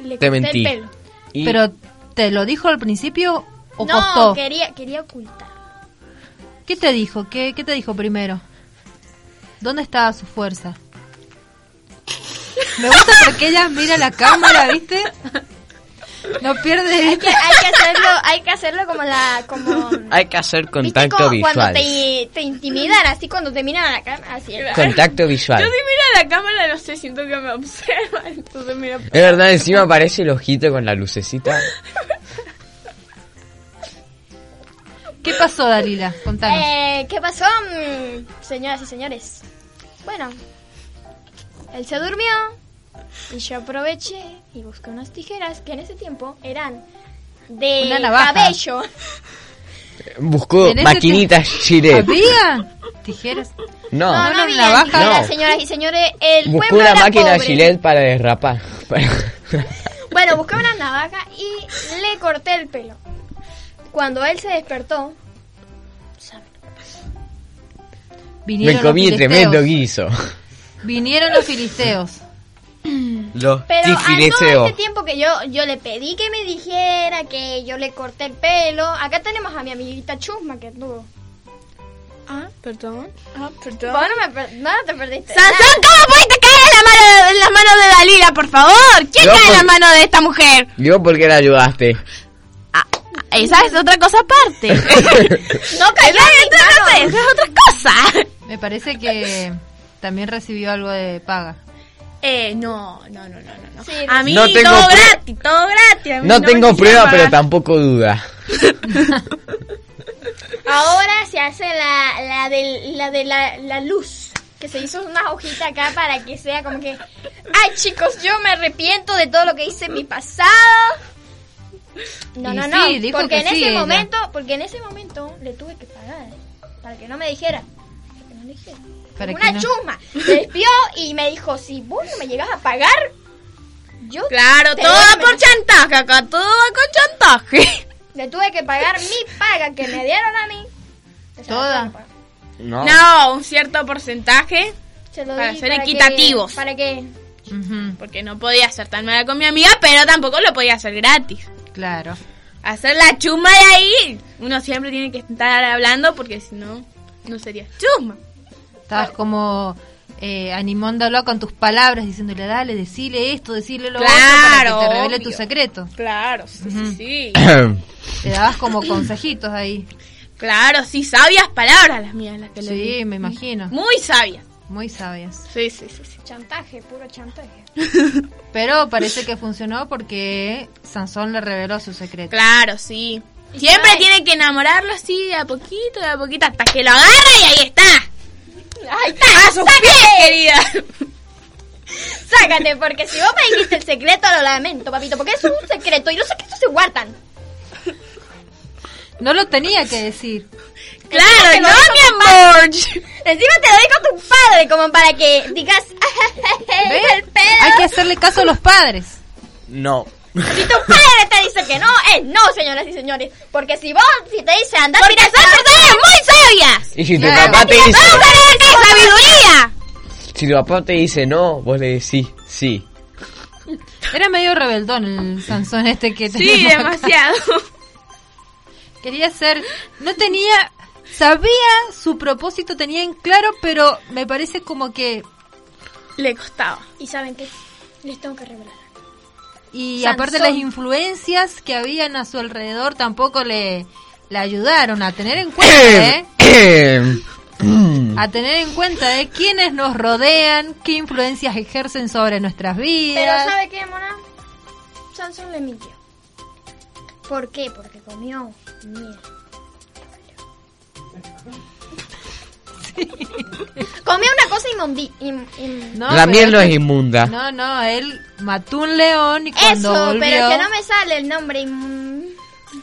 G: le
D: Te
G: corté
D: mentí.
G: el pelo.
E: Y-
D: ¿Pero te lo dijo al principio o
G: no,
D: costó?
G: quería quería ocultar.
D: ¿Qué te dijo? ¿Qué, qué te dijo primero? ¿Dónde estaba su fuerza? Me gusta porque ella mira la cámara, ¿viste? No pierde...
G: Que hay que hacerlo, hay que hacerlo como la como
E: Hay que hacer
G: ¿Viste
E: contacto
G: como
E: visual.
G: cuando te, te intimidan, así cuando te miran a la cara, así.
E: Contacto visual.
F: Yo si miro a la cámara, no sé, siento que me observa. Entonces mira,
E: Es verdad, encima aparece el ojito con la lucecita.
D: ¿Qué pasó, Dalila? Contanos.
G: Eh, ¿Qué pasó, mm, señoras y señores? Bueno, él se durmió y yo aproveché y busqué unas tijeras que en ese tiempo eran de
D: Una navaja.
G: cabello.
E: Buscó
D: En ese
E: maquinitas Shiret.
D: ¿Había tijeras?
E: No,
G: No, no,
D: no,
G: había
D: navaja.
G: tijeras,
E: No.
G: señoras y señores. El
E: buscó
G: pueblo
E: una
G: era
E: máquina
G: pobre.
E: Gillette para derrapar. Para-
G: Bueno, busqué una navaja y le corté el pelo. Cuando él se despertó,
D: Vinieron
E: Me comí
D: los filisteos.
E: tremendo guiso.
D: Vinieron los filisteos.
E: Los
G: Pero a todo
E: tifileteos.
G: este tiempo que yo, yo le pedí que me dijera que yo le corté el pelo. Acá tenemos a mi amiguita Chusma que tuvo.
F: ah, perdón. Ah, perdón.
G: Vos no, me per- no te perdiste.
H: Sansón, ¿cómo pudiste caer en la mano, en las manos de Dalila, por favor? ¿Quién
E: No,
H: cae en
E: por-
H: la mano de esta mujer?
E: Yo, ¿por qué la ayudaste?
H: Esa es otra cosa aparte.
G: No cayó.
H: Esa es otra cosa, esa es otra cosa.
D: Me parece que también recibió algo de paga.
F: Eh, no, no, no, no, no, no.
G: Sí,
F: a mí
E: No tengo
F: todo
E: pru-
F: gratis, todo gratis. a mí
E: No
F: me
E: tengo
F: quisieron
E: prueba, pero
F: pagar.
E: tampoco duda.
G: Ahora se hace la, la de, la, de la, la luz. Que se hizo una hojita acá para que sea como que. Ay, chicos, yo me arrepiento de todo lo que hice en mi pasado. No,
D: Y
G: no,
D: sí,
G: no.
D: dijo que
G: porque en
D: sí,
G: ese
D: ella.
G: momento, porque en ese momento le tuve que pagar. Para que no me dijera. Para que no le dijera.
D: Para
G: una
D: que no-
G: chuma. Se despió y me dijo, si vos no me llegas a pagar, yo...
H: Claro,
G: te
H: toda
G: doy-
H: por chantaje, acá, toda con chantaje.
G: Le tuve que pagar mi paga que me dieron a mí. O sea,
D: Toda.
G: la paga.
E: No.
F: No, un cierto porcentaje.
G: Se lo
F: Para
G: di
F: ser
G: que-
F: equitativos.
G: para que...
D: Ujú,
F: Porque no podía hacer tan mala con mi amiga, pero tampoco lo podía hacer gratis.
D: claro.
F: Hacer la chuma de ahí. Uno siempre tiene que estar hablando porque si no, no sería chuma.
D: Estabas como eh, animándolo con tus palabras, diciéndole, dale, decile esto, decile lo
F: Claro,
D: otro, para que te revele tu
F: obvio.
D: secreto.
F: Claro, sí,
D: Ujú.
F: sí, sí.
D: Te dabas como consejitos ahí.
F: Claro, sí, sabias palabras las mías, las que le
D: Sí,
F: di.
D: me imagino.
F: Muy sabias.
D: Muy sabias.
F: Sí, sí, sí, sí.
G: Chantaje, puro chantaje.
D: Pero parece que funcionó porque Sansón le reveló su secreto.
F: Claro, sí. Siempre tiene que enamorarlo así de a poquito, de a poquito, hasta que lo agarra y ahí está.
G: ¡Ay, ah, sácate! querida! Sácate, porque si vos me dijiste el secreto, lo lamento, papito, porque es un secreto y los secretos se guardan.
D: No lo tenía que decir.
G: Claro, no, mi amor. Encima te lo dijo tu padre, como para que digas. "Ah,
D: ¿Ves? Hay que hacerle caso a los padres.
E: No.
G: Si tu padre te dice que no, es no, señoras y señores. Porque si vos, si te dice andar, mira, son personas muy sabias.
E: Y si tu papá te dice,
G: sabiduría!
E: si tu papá te dice no, vos le decís sí.
D: Era medio rebeldón el Sansón este que
F: Sí,
D: tenemos acá.
F: demasiado.
D: Quería ser... No tenía... Sabía su propósito, tenía en claro, pero me parece como que...
F: Le costaba.
L: Y saben qué, les tengo que revelar.
D: Y
L: Sansón.
D: aparte las influencias que habían a su alrededor tampoco le, le ayudaron a tener en cuenta, ¿eh?
E: Ah,
D: A tener en cuenta de quiénes nos rodean, qué influencias ejercen sobre nuestras
L: Pero
D: vidas.
L: ¿sabe qué, Mona? Samson le mintió. ¿Por qué? Porque comió miel.
G: Comía una cosa inmundi. in- in-
D: No,
E: La
D: pero
E: miel no
D: él-
E: es inmunda.
D: No, no, él mató un león y cuando
G: Eso,
D: volvió...
G: pero que no me sale el nombre. inmun-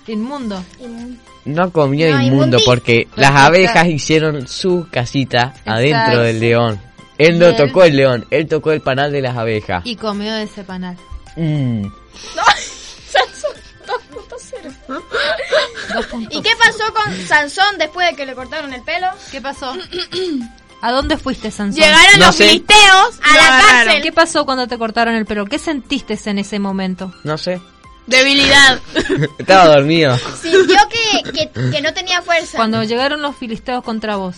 D: Inmundo.
E: No comió
G: No,
E: inmundo
G: inmundi-
E: porque
G: Perfecto.
E: las abejas hicieron su casita adentro del león. Él no
D: Y él-
E: tocó el león, él tocó el panal de las abejas.
D: Y comió de ese panal.
E: Mm.
G: Sansón 2.0. ¿Y qué pasó con Sansón después de que le cortaron el pelo?
D: ¿Qué pasó? ¿A dónde fuiste, Sansón?
G: Llegaron
E: No los sé.
G: filisteos a
D: Lo
G: la
D: agarraron.
G: cárcel.
D: ¿Qué pasó cuando te cortaron el pelo? ¿Qué sentiste en ese momento?
E: No sé.
G: Debilidad.
E: Estaba dormido.
G: Sintió que, que, que no tenía fuerza.
D: Cuando llegaron los filisteos contra vos.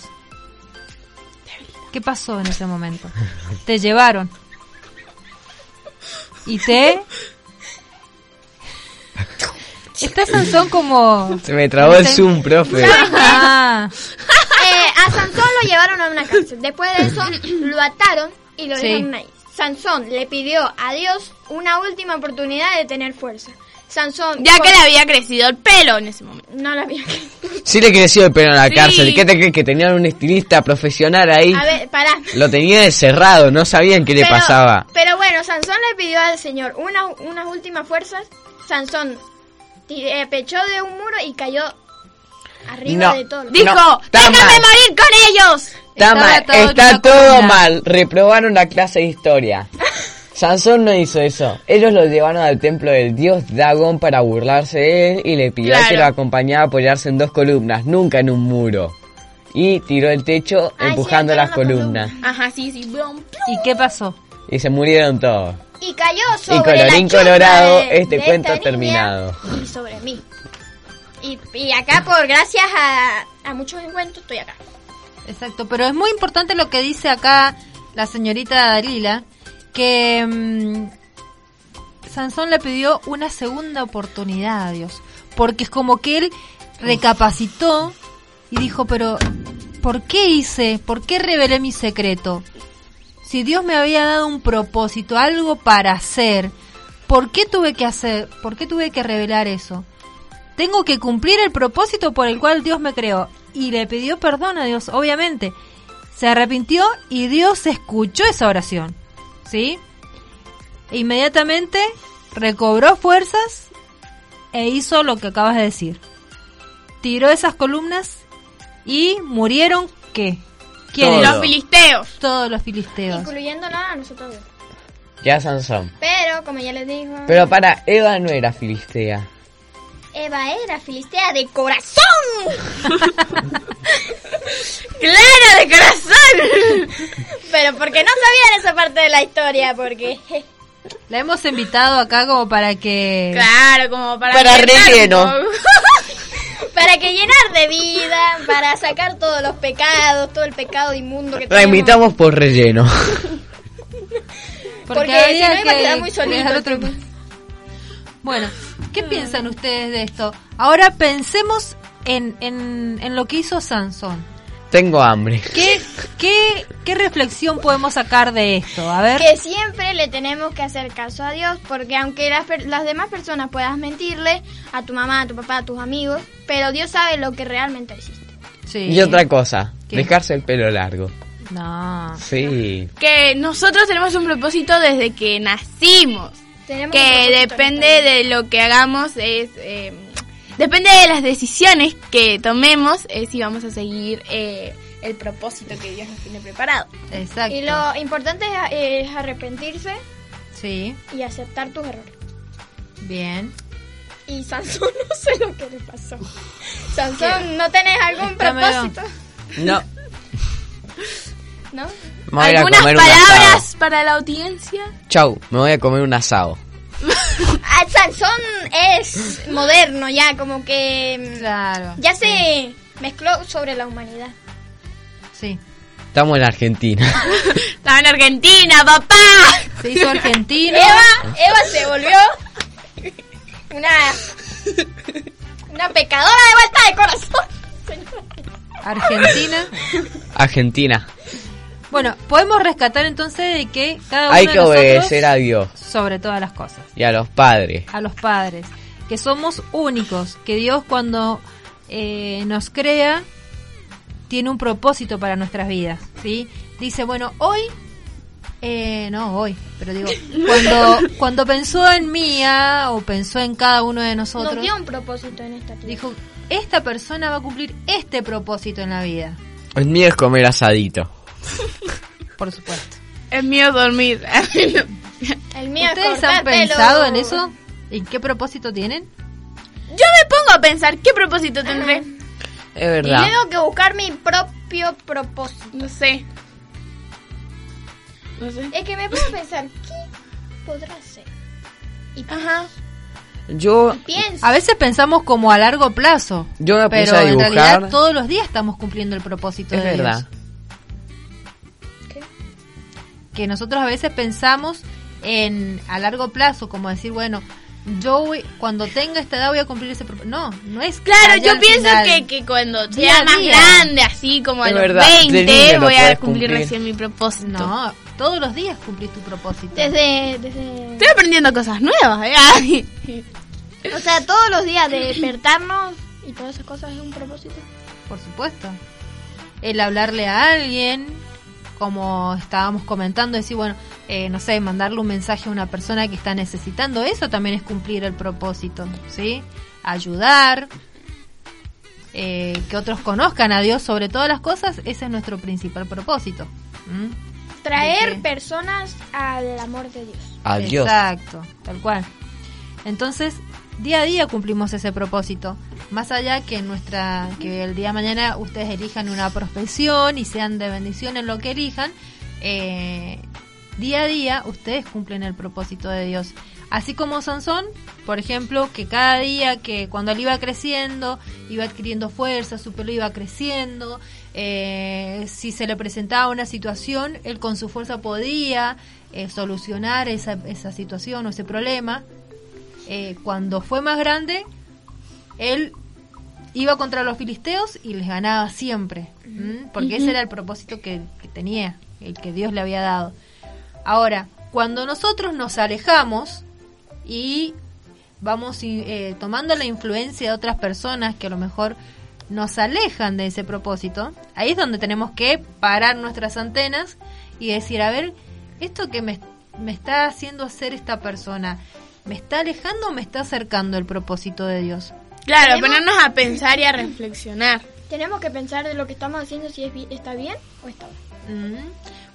D: ¿Qué pasó en ese momento? Te llevaron. Y te... Está Sansón como...
E: Se me trabó el zoom, profe.
D: Ah,
G: Eh, a Sansón lo llevaron a una cárcel. Después de eso, lo ataron y lo
D: Sí.
G: dejaron ahí. Sansón le pidió a Dios una última oportunidad de tener fuerza. Sansón.
F: Ya que
G: con-
F: le había crecido el pelo en ese momento.
G: No la había.
E: Sí le creció el pelo en la
F: Sí.
E: cárcel. ¿Qué te crees? Que tenían un estilista profesional ahí.
G: A ver, pará.
E: Lo tenían encerrado, no sabían qué le
G: Pero-
E: pasaba.
G: Pero bueno, Sansón le pidió al Señor una- unas últimas fuerzas. Sansón ti- eh, pechó de un muro y cayó arriba
E: No,
G: de todo.
E: Dijo, no, está "Déjame mal.
G: morir con ellos!
E: Está mal, está todo mal. Reprobaron la clase de historia. Sansón no hizo eso. Ellos lo llevaron al templo del dios Dagón para burlarse de él y le pidió que
F: Claro.
E: lo acompañara a apoyarse en dos columnas, nunca en un muro. Y tiró el techo empujando las columnas.
F: Ajá, sí, sí. Blum, plum.
D: ¿Y qué pasó?
E: Y se murieron todos.
G: Y cayó sobre
E: Y colorín
G: la chusma
E: colorado,
G: de-
E: este
G: de esta
E: cuento
G: niña
E: terminado.
G: Y sobre mí. Y, y acá, por gracias a, a muchos encuentros, estoy acá.
D: Exacto, pero es muy importante lo que dice acá la señorita Dalila, que mm, Sansón le pidió una segunda oportunidad a Dios, porque es como que él recapacitó y dijo, pero ¿por qué hice? ¿Por qué revelé mi secreto? Si Dios me había dado un propósito, algo para hacer, ¿por qué tuve que hacer? ¿Por qué tuve que revelar eso? Tengo que cumplir el propósito por el cual Dios me creó. Y le pidió perdón a Dios, obviamente. Se arrepintió y Dios escuchó esa oración. ¿Sí? E inmediatamente recobró fuerzas e hizo lo que acabas de decir. Tiró esas columnas y murieron, ¿qué? ¿Quiénes?
E: Todos.
F: Los filisteos.
D: Todos los
E: Ah.
D: filisteos.
G: Incluyéndonos a nosotros. dos.
E: Ya Sansón.
G: Pero, como ya les digo,
E: Pero para, Eva no era filistea.
G: Eva era filistea de corazón.
F: Claro, de corazón.
G: Pero porque no sabían esa parte de la historia, porque...
D: La hemos invitado acá como para que...
F: Claro, como para.
E: Para
F: llenar un
E: relleno.
F: poco.
G: Para que llenar de vida, para sacar todos los pecados, todo el pecado inmundo que
E: La
G: tenemos.
E: invitamos por relleno.
D: Porque,
G: Porque si
D: habría
G: no iba a
D: que
G: quedar muy solito
D: dejar
G: el
D: otro- Bueno, ¿qué piensan ustedes de esto? Ahora pensemos en, en, en lo que hizo Sansón.
E: Tengo hambre.
D: ¿Qué, qué, ¿Qué reflexión podemos sacar de esto? A ver,
G: Que siempre le tenemos que hacer caso a Dios, porque aunque las, per- las demás personas puedas mentirle a tu mamá, a tu papá, a tus amigos, pero Dios sabe lo que realmente hiciste.
D: Sí.
E: Y otra cosa,
D: ¿Qué?
E: dejarse el pelo largo.
D: No.
E: Sí.
F: Que nosotros tenemos un propósito desde que nacimos.
H: Tenemos un
F: que
H: propósito,
F: depende de lo que hagamos, es eh, depende de las decisiones que tomemos, es si vamos a seguir eh, el propósito que Dios nos tiene preparado.
D: Exacto.
H: Y lo importante es, es arrepentirse
D: Sí,
H: y aceptar tus errores.
D: bien.
H: Y Sansón no sé lo que le pasó. Sansón, ¿no tenés algún
D: Está medio-
H: propósito?
E: No.
H: ¿No?
E: Me voy a ir a
F: ¿Algunas
E: comer un asado.
F: palabras para la audiencia?
E: Chau, me voy a comer un asado.
H: Ah, Sansón es moderno ya, como que... em,
D: Claro.
H: Ya se mezcló sobre la humanidad.
D: Sí.
E: Estamos en Argentina.
F: Estaba en Argentina, papá.
D: Se hizo argentino.
H: Eva, Eva se volvió una... Una pecadora de vuelta de corazón.
D: Argentina.
E: Argentina.
D: Bueno, podemos rescatar entonces de que cada uno
E: Hay
D: de
E: que
D: nosotros,
E: obedecer a Dios
D: sobre todas las cosas,
E: y a los padres.
D: a los padres, que somos únicos, que Dios cuando eh, nos crea tiene un propósito para nuestras vidas, ¿sí? Dice, bueno, hoy eh, no, hoy, pero digo, cuando cuando pensó en Mía o pensó en cada uno de nosotros,
H: Nos dio un propósito en esta tierra.
D: dijo, esta persona va a cumplir este propósito en la vida,
E: El mío es comer asadito.
D: por supuesto.
F: El mío es dormir. ¿eh?
H: El mío es
D: ¿Ustedes han
H: cortártelo.
D: pensado en eso? ¿En qué propósito tienen?
F: Yo me pongo a pensar qué propósito tendré.
E: Es
H: Y
E: verdad.
H: tengo que buscar mi propio propósito.
F: No sé. No sé.
H: Es que me puedo pensar, ¿qué podrá ser? Y
F: Ajá.
E: Yo,
H: pienso.
D: A veces pensamos como a largo plazo,
E: yo me puse
D: pero
E: a
D: en realidad
E: dibujar.
D: todos los días estamos cumpliendo el propósito
E: Es
D: de Dios.
E: verdad.
D: Que nosotros a veces pensamos en a largo plazo, como decir, bueno, yo voy- cuando tenga esta edad voy a cumplir ese propósito. No, no es
F: Claro,
D: allá
F: yo
D: al
F: pienso
D: final.
F: que, que cuando
D: Día
F: sea
D: a
F: más
D: día.
F: grande, así como a
E: Es
F: los
E: verdad, de
F: 20,
E: niño lo
F: voy a cumplir,
E: podés cumplir.
F: recién mi propósito.
D: No, todos los días cumplís tu propósito.
H: Desde, desde...
F: Estoy aprendiendo cosas nuevas. ¿eh?
H: O sea, todos los días de despertarnos y todas esas cosas es un propósito.
D: Por supuesto. El hablarle a alguien, como estábamos comentando, decir, bueno, eh, no sé, mandarle un mensaje a una persona que está necesitando, eso también es cumplir el propósito, ¿sí? Ayudar, eh, que otros conozcan a Dios sobre todas las cosas, ese es nuestro principal propósito. ¿m?
H: Traer
D: ¿De qué?
H: personas al amor de Dios.
E: Adiós.
D: Exacto, tal cual. Entonces, día a día cumplimos ese propósito. Más allá que nuestra que el día de mañana ustedes elijan una profesión y sean de bendición en lo que elijan, eh, día a día ustedes cumplen el propósito de Dios. Así como Sansón, por ejemplo, que cada día que cuando él iba creciendo, iba adquiriendo fuerza, su pelo iba creciendo, eh, si se le presentaba una situación, él con su fuerza podía eh, solucionar esa, esa situación o ese problema. Eh, cuando fue más grande, él iba contra los filisteos y les ganaba siempre, ¿m? porque ese era el propósito que, que tenía, el que Dios le había dado. Ahora, cuando nosotros nos alejamos y vamos in- eh, tomando la influencia de otras personas que a lo mejor nos alejan de ese propósito, ahí es donde tenemos que parar nuestras antenas y decir, a ver, esto que me, me está haciendo hacer esta persona, ¿me está alejando o me está acercando el propósito de Dios?
F: Claro,
H: Tenemos-
F: ponernos a pensar y a reflexionar.
H: Tenemos que pensar de lo que estamos haciendo si es bi- está bien o está mal.
D: Mm.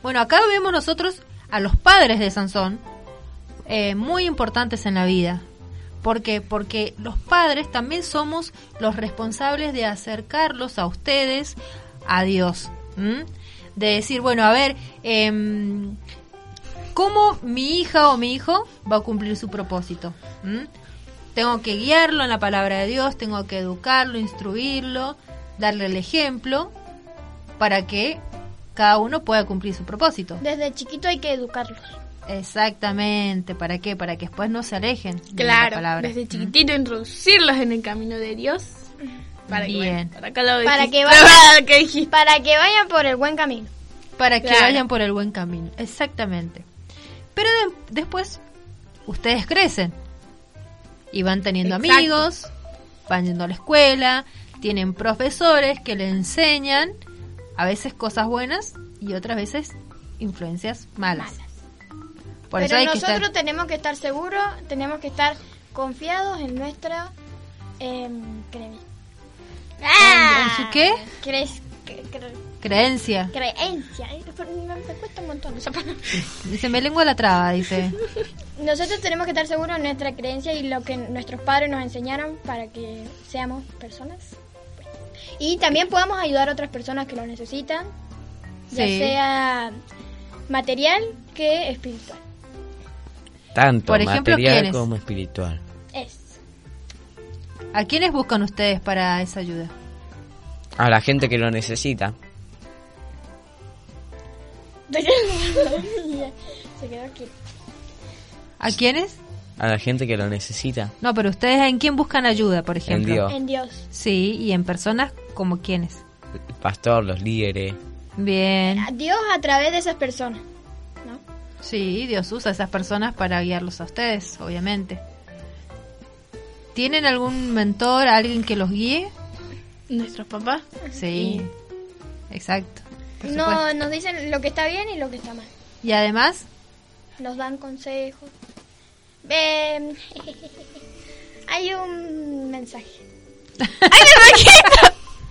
D: Bueno, acá vemos nosotros a los padres de Sansón eh, muy importantes en la vida. ¿Por qué? Porque los padres también somos los responsables de acercarlos a ustedes, a Dios. ¿m? De decir, bueno, a ver, em, ¿cómo mi hija o mi hijo va a cumplir su propósito? ¿m? Tengo que guiarlo en la palabra de Dios, tengo que educarlo, instruirlo, darle el ejemplo para que cada uno pueda cumplir su propósito.
H: Desde chiquito hay que educarlos.
D: Exactamente, ¿para qué? Para que después no se alejen. de la
F: Claro,
D: palabra.
F: desde chiquitito introducirlos en el camino de Dios. Para que,
D: Bien.
F: bueno, para acá lo
H: Para
F: dijiste.
H: que vayan-
F: que dijiste.
H: Para que vayan por el buen camino.
D: Para que
F: Claro.
D: vayan por el buen camino. Exactamente. Pero de- después ustedes crecen y van teniendo
F: Exacto.
D: amigos, van yendo a la escuela, tienen profesores que le enseñan a veces cosas buenas y otras veces influencias malas. Por eso
G: Pero
D: hay que
G: nosotros
D: estar...
G: tenemos que estar seguros, tenemos que estar confiados en nuestra em, cre-
D: ¿En su qué?
G: cre- cre- cre-
D: Creencia.
G: creencia. Ay, pero Me, me cuesta un montón esa palabra.
D: Dice, me lengua la traba, dice.
G: Nosotros tenemos que estar seguros en nuestra creencia y lo que nuestros padres nos enseñaron para que seamos personas. Y también podamos ayudar a otras personas que lo necesitan, ya
D: Sí.
G: sea material que espiritual.
E: Tanto
D: Por ejemplo,
E: material
D: ¿quiénes?
E: como espiritual.
G: Es.
D: ¿A quiénes buscan ustedes para esa ayuda?
E: A la gente que lo necesita.
G: Se quedó aquí.
D: ¿A quiénes?
E: A la gente que lo necesita.
D: No, pero ustedes en quién buscan ayuda, por ejemplo.
E: Dios.
G: En Dios.
D: Sí, y en personas como quiénes.
E: El pastor, los líderes.
D: Bien.
G: A Dios a través de esas personas.
D: Sí, Dios usa a esas personas para guiarlos a ustedes, obviamente. ¿Tienen algún mentor, alguien que los guíe?
F: Nuestros papás.
D: Sí. Exacto. por supuesto.
G: No, nos dicen lo que está bien y lo que está mal.
D: Y además,
G: Nos dan consejos. Em, hay un mensaje.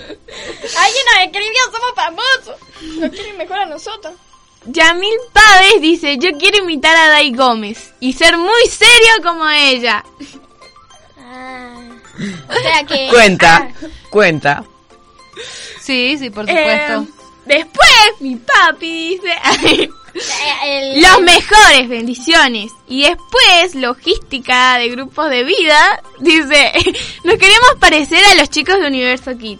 G: Alguien nos escribió, somos famosos. Nos quieren mejor a nosotros.
F: Yamil Páez dice, yo quiero imitar a Dai Gómez y ser muy serio como ella.
G: Ah, O sea
F: Eh,
G: que... ah,
E: Cuenta,
F: ah.
E: cuenta.
D: Sí, sí, por
F: supuesto. Eh, después, mi papi dice...
G: Eh, El-
F: Los mejores, bendiciones. Y después, logística de grupos de vida, dice, nos queremos parecer a los chicos de Universo Kid.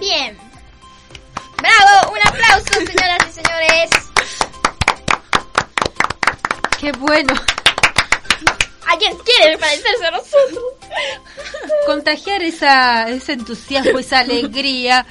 G: Bien. Bravo, un aplauso, señoras y señores.
D: qué bueno.
G: Alguien quiere parecerse a nosotros.
D: Contagiar esa, ese entusiasmo, esa alegría,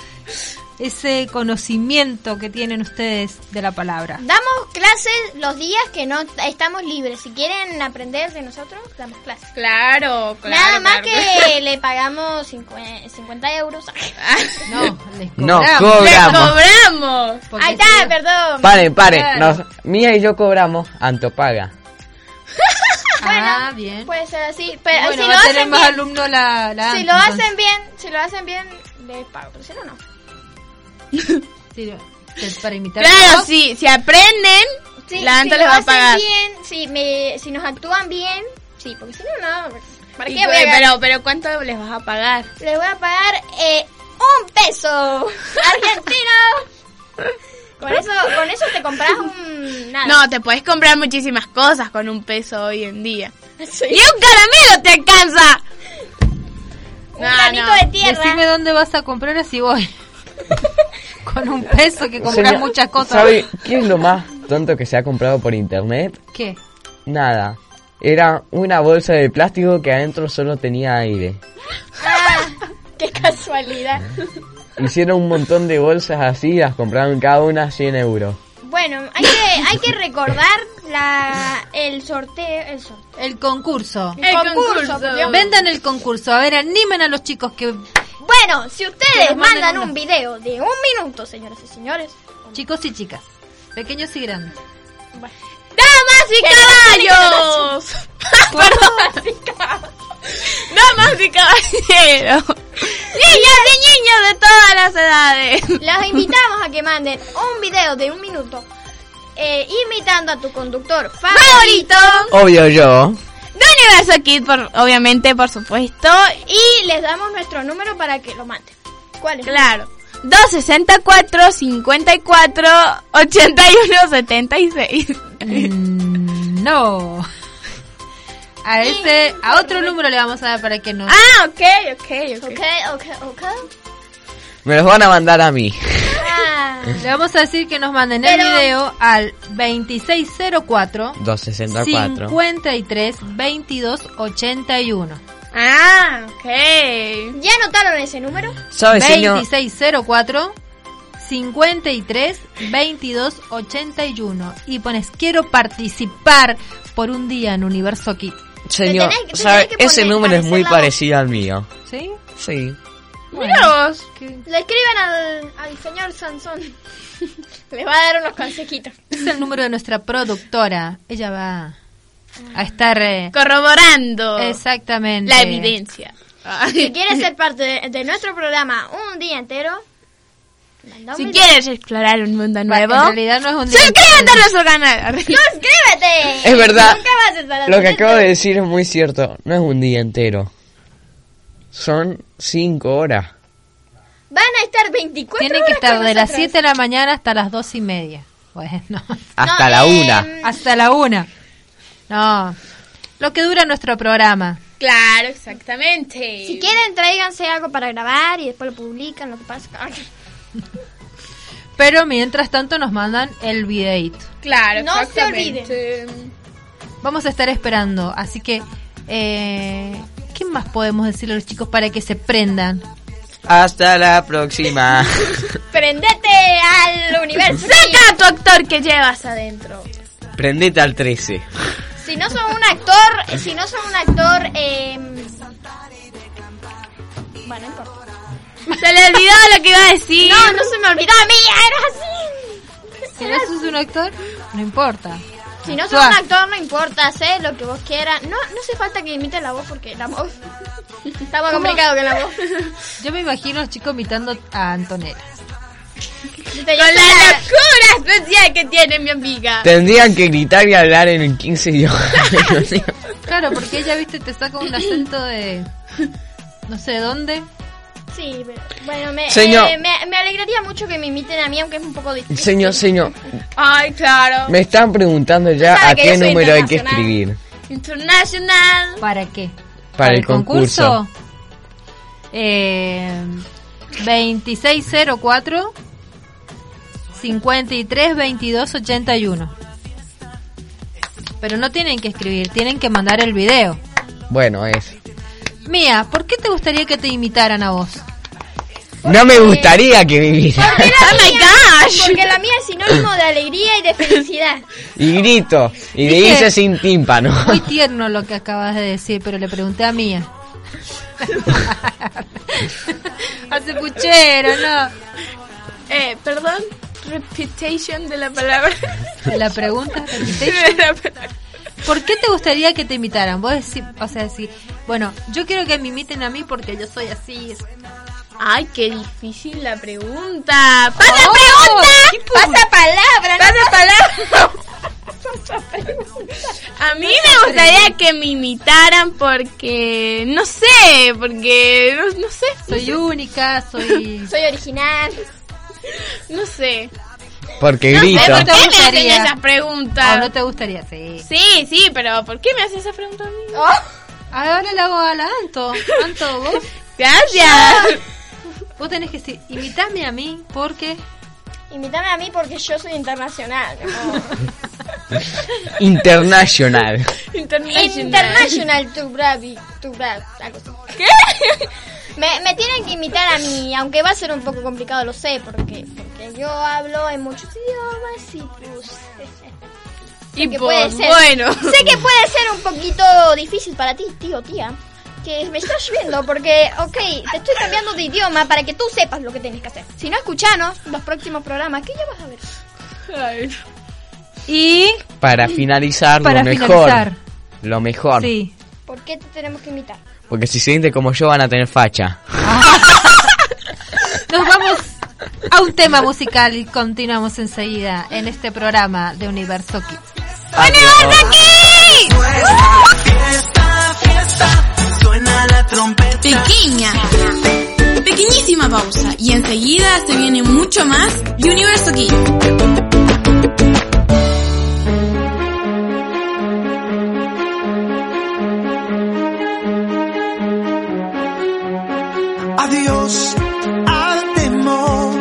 D: ese conocimiento que tienen ustedes de la palabra.
G: Damos clases los días que no estamos libres. Si quieren aprender de nosotros, damos clases.
F: Claro, claro.
G: Nada más
F: claro.
G: que le pagamos 50, 50 euros.
D: no,
E: No, cobramos.
F: cobramos.
G: Ahí está, perdón.
E: Paren, paren. Nos- Mía y yo cobramos. Anto paga.
G: Bueno,
D: Ah, bien.
G: puede ser así. Pero
D: bueno,
G: Pues, si
D: va
G: lo
D: a tener
G: hacen
D: más
G: bien,
D: alumnos la, la
G: si
D: ANTI,
G: lo
D: entonces.
G: hacen bien, si lo hacen bien, les pago. Pero si no, no.
D: Sí, lo- para imitar.
F: Claro,
D: ¿no?
F: sí, si aprenden,
G: Sí,
F: la
G: si
F: ANTA
G: lo
F: les va a
G: hacen
F: pagar.
G: bien, si, me, si nos actúan bien, sí, porque si no, no. ¿Para
F: Y
G: qué voy
F: pues,
G: a
F: pero, pero ¿cuánto les vas a pagar?
G: Les voy a pagar eh, un peso argentino. Con eso, con eso te compras un nada.
F: No, te puedes comprar muchísimas cosas con un peso hoy en día.
G: Sí.
F: ¡Y un caramelo te alcanza!
G: Un granito de tierra.
D: Decime dónde vas a comprar así voy. Con un peso que compras
E: Señor,
D: muchas cosas.
E: ¿Sabe qué es lo más tonto que se ha comprado por internet?
D: ¿Qué?
E: Nada. Era una bolsa de plástico que adentro solo tenía aire.
G: Qué casualidad.
E: Hicieron un montón de bolsas así y las compraron cada una 100 euros.
G: Bueno, hay que, hay que recordar la, el sorteo. El sorteo.
D: El concurso.
G: El concurso, por Dios.
D: Vendan el concurso. A ver, animen a los chicos que.
G: Bueno, si
D: Que
G: ustedes
D: nos manden
G: mandan
D: una.
G: un video de un minuto, señoras y señores.
D: Chicos y chicas. Pequeños y grandes.
F: ¡Damas y caballos! Perdón. ¡Damas y caballeros! ¡Niñas y niños de todas las edades!
G: Los invitamos a que manden un video de un minuto eh, imitando a tu conductor favorito.
F: ¡Favorito!
E: Obvio yo.
F: De Universo Kid, por, obviamente, por supuesto.
G: Y les damos nuestro número para que lo manden. ¿Cuál es?
F: Claro. 264 54 81 76.
D: No. A ese, a otro número le vamos a dar para que no.
F: Ah, ok, ok, ok.
G: Ok, ok, ok.
E: Me los van a mandar a mí.
G: Ah,
D: Le vamos a decir que nos manden el
G: Pero-
D: video al 2604
E: 264.
D: 53 22 81.
F: Ah, ok.
G: ¿Ya anotaron ese número?
E: ¿Sabe, Pues, señor?
D: 2604 53 22 81 y pones quiero participar por un día en Universo Kit.
E: Señor,
G: tenés- te
E: ¿sabe?
G: tenés que
E: Ese
G: poner-
E: número es
G: parecer
E: muy
G: la voz.
E: parecido al mío.
D: ¿Sí?
E: Sí.
F: Mira vos.
G: Le escriben al, al señor Sansón. Le va a dar unos consejitos.
D: Es el número de nuestra productora. Ella va a estar eh,
F: Corroborando
D: exactamente
F: la evidencia.
G: Si quieres ser parte de, de nuestro programa un día entero, manda un
F: Si
G: video.
F: quieres explorar un mundo nuevo,
D: en realidad no es un día
F: suscríbete a nuestro canal.
G: ¡Suscríbete!
E: Es verdad.
G: Nunca vas a estar
E: Lo que
G: atento.
E: acabo de decir es muy cierto. No es un día entero. Son cinco horas.
G: Van a estar 24
D: Tiene que
G: horas
D: estar
G: con
D: de las
G: nosotros.
D: 7 de la mañana hasta las 2 y media. Bueno,
E: Hasta la
G: eh,
E: una.
F: eh.
D: hasta la 1. No, lo que dura nuestro programa.
F: Claro, exactamente.
G: Si quieren, tráiganse algo para grabar y después lo publican, lo que pasa.
D: Pero mientras tanto nos mandan el videíto.
F: Claro,
G: No se
F: exactamente.
D: Vamos a estar esperando, así que... Eh, ¿Qué más podemos decirle a los chicos para que se prendan?
E: Hasta la próxima.
G: ¡Prendete al universo!
F: Saca a tu actor que llevas adentro.
E: Prendete al 13.
G: Si no son un actor, si no son un actor, eh, bueno, no importa.
F: Se le olvidó lo que iba a decir.
G: No, no se me olvidó a mí, era así.
D: Si no sos un actor, no importa.
G: Si no sos
D: Actúa.
G: un actor, no importa, sé lo que vos quieras. No, no hace falta que imite la voz porque la voz está más complicado que la voz.
D: Yo me imagino a los chicos imitando a Antonella.
G: Viste, yo
F: Con
G: soy
F: la locura especial que tiene mi amiga.
E: Tendrían que gritar y hablar en 15 idiomas.
D: Claro, porque ella, viste, te saca un acento de... No sé de dónde.
G: Sí, pero, bueno, me,
E: Señor.
G: eh, me, me alegraría mucho que me imiten a mí, aunque es un poco difícil.
E: señor, señor.
F: Ay, claro.
E: Me están preguntando ya
F: Sabe
E: a
F: que
E: qué
F: yo soy
E: número hay que
F: internacional.
E: escribir
F: International.
D: ¿Para qué?
E: para el concurso.
D: Eh, 2604 53 22 81. Pero no tienen que escribir, tienen que mandar el video.
E: Bueno, es.
D: Mía, ¿por qué te gustaría que te imitaran a vos?
E: No me gustaría que viviera.
G: Porque la
F: Oh my
G: mía-
F: gosh.
G: Porque la mía es sinónimo de alegría y de felicidad.
E: Y grito. Y le
D: Dije-
E: hice sin tímpano.
D: Muy tierno lo que acabas de decir, pero le pregunté a Mía. Hace puchero, ¿no?
F: Eh, perdón. Reputation de la palabra.
D: La pregunta
F: De la palabra.
D: ¿Por qué te gustaría que te imitaran? Vos decís, o sea, decís, bueno, yo quiero que me imiten a mí porque yo soy así.
F: Ay, qué difícil la pregunta. ¡Pasa
D: ¡Oh! ¿Qué
F: pregunta!
D: pu-
F: ¡Pasa palabra! ¡Pasa palabra! A mí me gustaría que me imitaran porque, no sé, porque, no, no sé,
D: Soy única, soy...
G: Soy original.
F: no sé.
E: Porque
F: No eh, sé,
E: grito.
F: ¿por
D: ¿Te
F: qué me hacen
D: gustaría?
F: esas preguntas?
D: ¿O no te gustaría? Sí.
F: Sí, sí, pero ¿por qué me hacen esas preguntas a mí?
D: Ahora le hago a la Anto. Anto, vos,
F: Gracias.
D: vos tenés que decir, imitame a mí porque...
G: Invítame a mí porque yo soy internacional.
E: International.
F: Internacional.
G: International, tu bravi, tu bravi, algo así.
F: ¿Qué?
G: Me, me tienen que invitar a mí, aunque va a ser un poco complicado, lo sé, porque, porque yo hablo en muchos idiomas y pues...
F: Y
G: que
F: pues,
G: puede ser.
F: bueno.
G: Sé que puede ser un poquito difícil para ti, tío, tía. Que me estás viendo porque, ok, te estoy cambiando de idioma para que tú sepas lo que tienes que hacer. Si no, escuchanos los próximos programas, que ya vas a ver.
F: Ay, no.
D: Y...
E: Para finalizar,
D: Para
E: lo mejor.
D: finalizar.
E: Lo mejor.
D: Sí.
G: ¿Por qué te tenemos que invitar?
E: Porque si se siente como yo van a tener facha.
D: Nos vamos a un tema musical y continuamos enseguida en este programa de Universo Kids.
A: Fiesta, fiesta, suena la trompeta.
M: Pequeña. Pequeñísima pausa. Y enseguida se viene mucho más de Universo Kids.
A: Adiós al temor.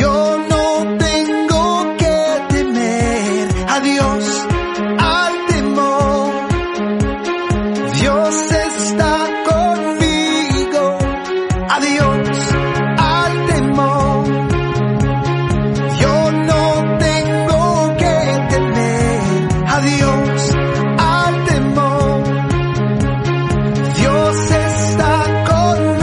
A: Yo no tengo que temer. Adiós al temor. Dios está conmigo. Adiós al temor. Yo no tengo que temer. Adiós al temor. Dios está conmigo.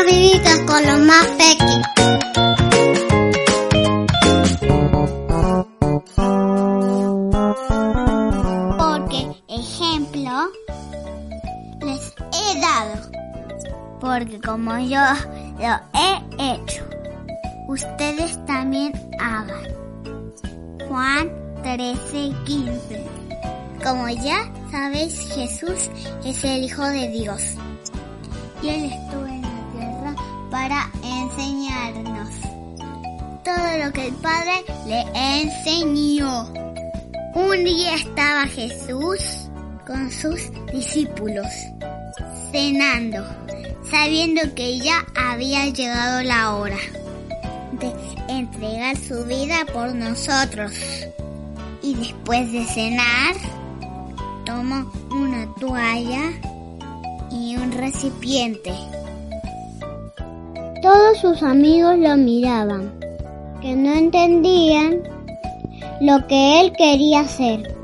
N: amiguitas con los más pequeños. Porque, ejemplo, les he dado. Porque como yo lo he hecho, ustedes también hagan. Juan 13, 15. Como ya sabéis, Jesús es el Hijo de Dios. Y Él estuvo en la tierra para enseñarnos todo lo que el Padre le enseñó. Un día estaba Jesús con sus discípulos cenando, sabiendo que ya había llegado la hora de entregar su vida por nosotros. Y después de cenar, tomó una toalla y un recipiente.
O: Todos sus amigos lo miraban, que no entendían lo que él quería hacer.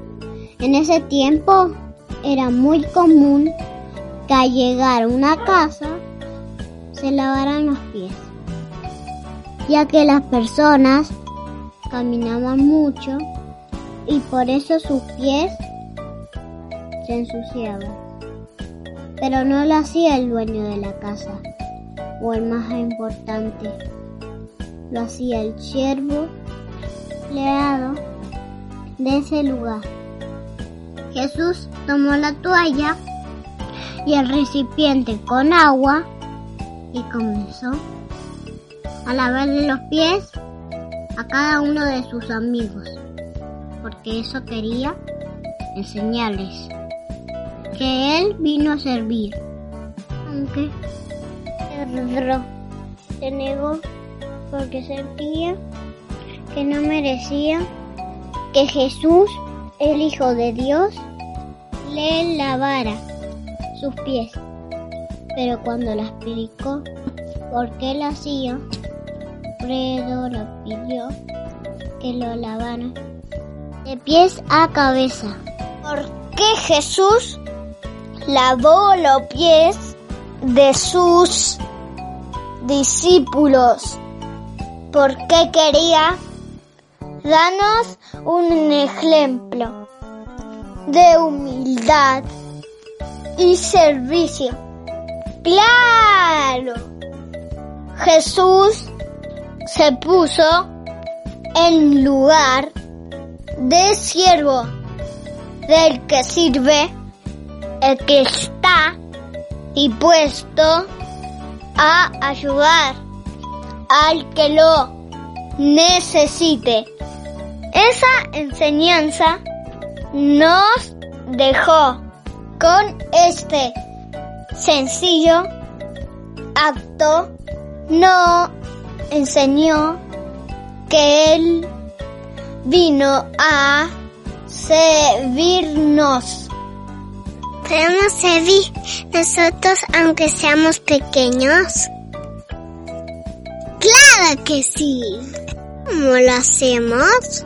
O: En ese tiempo era muy común que al llegar a una casa se lavaran los pies, ya que las personas caminaban mucho y por eso sus pies se ensuciaban. Pero no lo hacía el dueño de la casa o el más importante, lo hacía el siervo empleado de ese lugar. Jesús tomó la toalla y el recipiente con agua y comenzó a lavarle los pies a cada uno de sus amigos, porque eso quería enseñarles que él vino a servir, aunque se retiró, se negó porque sentía que no merecía que Jesús, el Hijo de Dios, le lavara sus pies. Pero cuando le explicó por qué lo hacía, Fredo le pidió que lo lavara de pies a cabeza.
N: ¿Por qué Jesús lavó los pies de sus discípulos?
O: Porque quería darnos un ejemplo de humildad y servicio. Claro, Jesús se puso en lugar de siervo, del que sirve, el que está dispuesto a ayudar al que lo necesite. Esa enseñanza nos dejó con este sencillo acto no enseñó que él vino a servirnos.
N: Podemos servir nosotros aunque seamos pequeños. Claro que sí. ¿Cómo lo hacemos?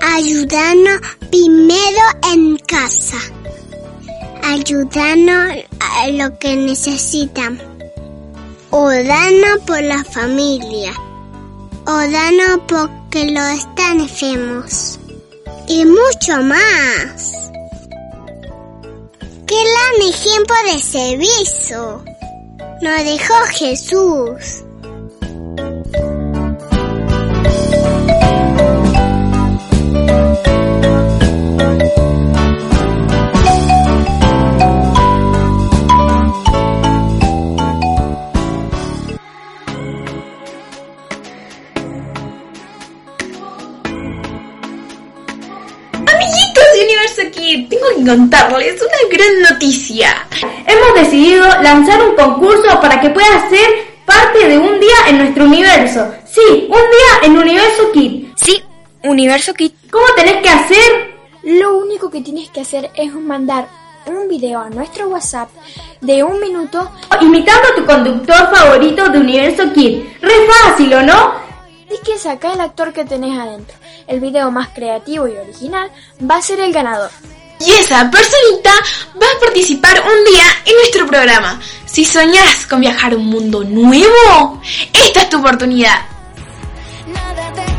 N: Ayudarnos primero en casa. Ayudarnos a lo que necesitan. Orarnos por la familia. Orarnos porque lo están enfermos. Y mucho más. Qué gran ejemplo de servicio nos dejó Jesús.
P: Amiguitos de Universo Kid, tengo que contarles una gran noticia.
F: Hemos decidido lanzar un concurso para que puedas ser parte de un día en nuestro universo. Sí, un día en Universo Kid. Sí, Universo Kid. ¿Cómo tenés que hacer?
G: Lo único que tienes que hacer es mandar un video a nuestro WhatsApp de un minuto
F: imitando a tu conductor favorito de Universo Kid. Re fácil, ¿o no?
G: y que saca el actor que tenés adentro. El video más creativo y original va a ser el ganador.
B: Y esa personita va a participar un día en nuestro programa. Si soñás con viajar a un mundo nuevo, esta es tu oportunidad.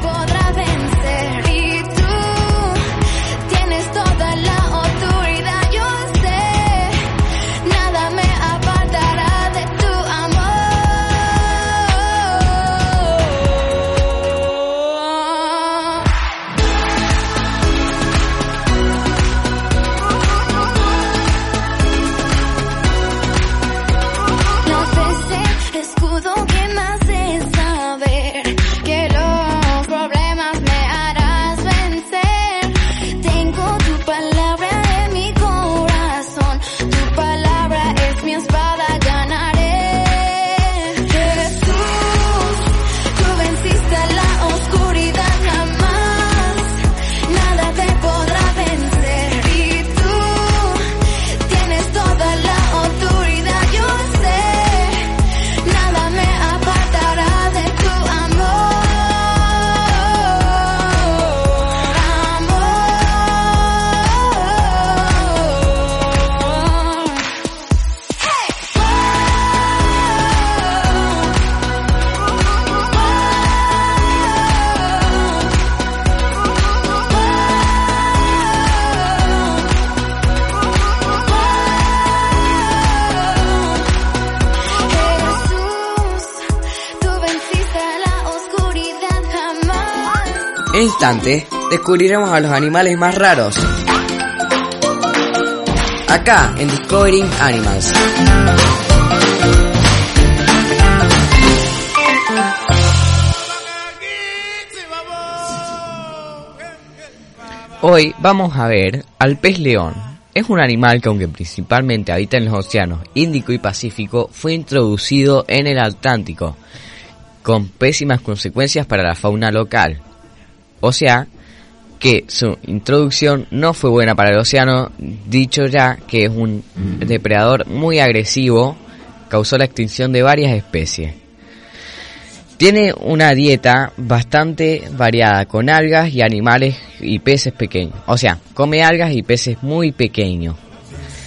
J: podrás vencer y tú tienes toda la autoridad yo sé nada me apartará de tu amor
N: No te escudo que me hace saber
J: que los problemas me harás vencer. Tengo tu palabra en mi corazón, tu palabra es mi espada, ganaré. Jesús, tú venciste la oscuridad jamás, nada te podrá vencer. Y tú tienes toda la autoridad, yo sé. Nada me apartará de tu amor, amor. Jesús, tú venciste la oscuridad jamás.
E: En instante, descubriremos a los animales más raros. Acá, en Discovering Animals. Hoy vamos a ver al pez león. Es un animal que aunque principalmente habita en los océanos Índico y Pacífico, fue introducido en el Atlántico, con pésimas consecuencias para la fauna local. O sea, que su introducción no fue buena para el océano, dicho ya que es un depredador muy agresivo, causó la extinción de varias especies. Tiene una dieta bastante variada con algas y animales y peces pequeños. O sea, come algas y peces muy pequeños.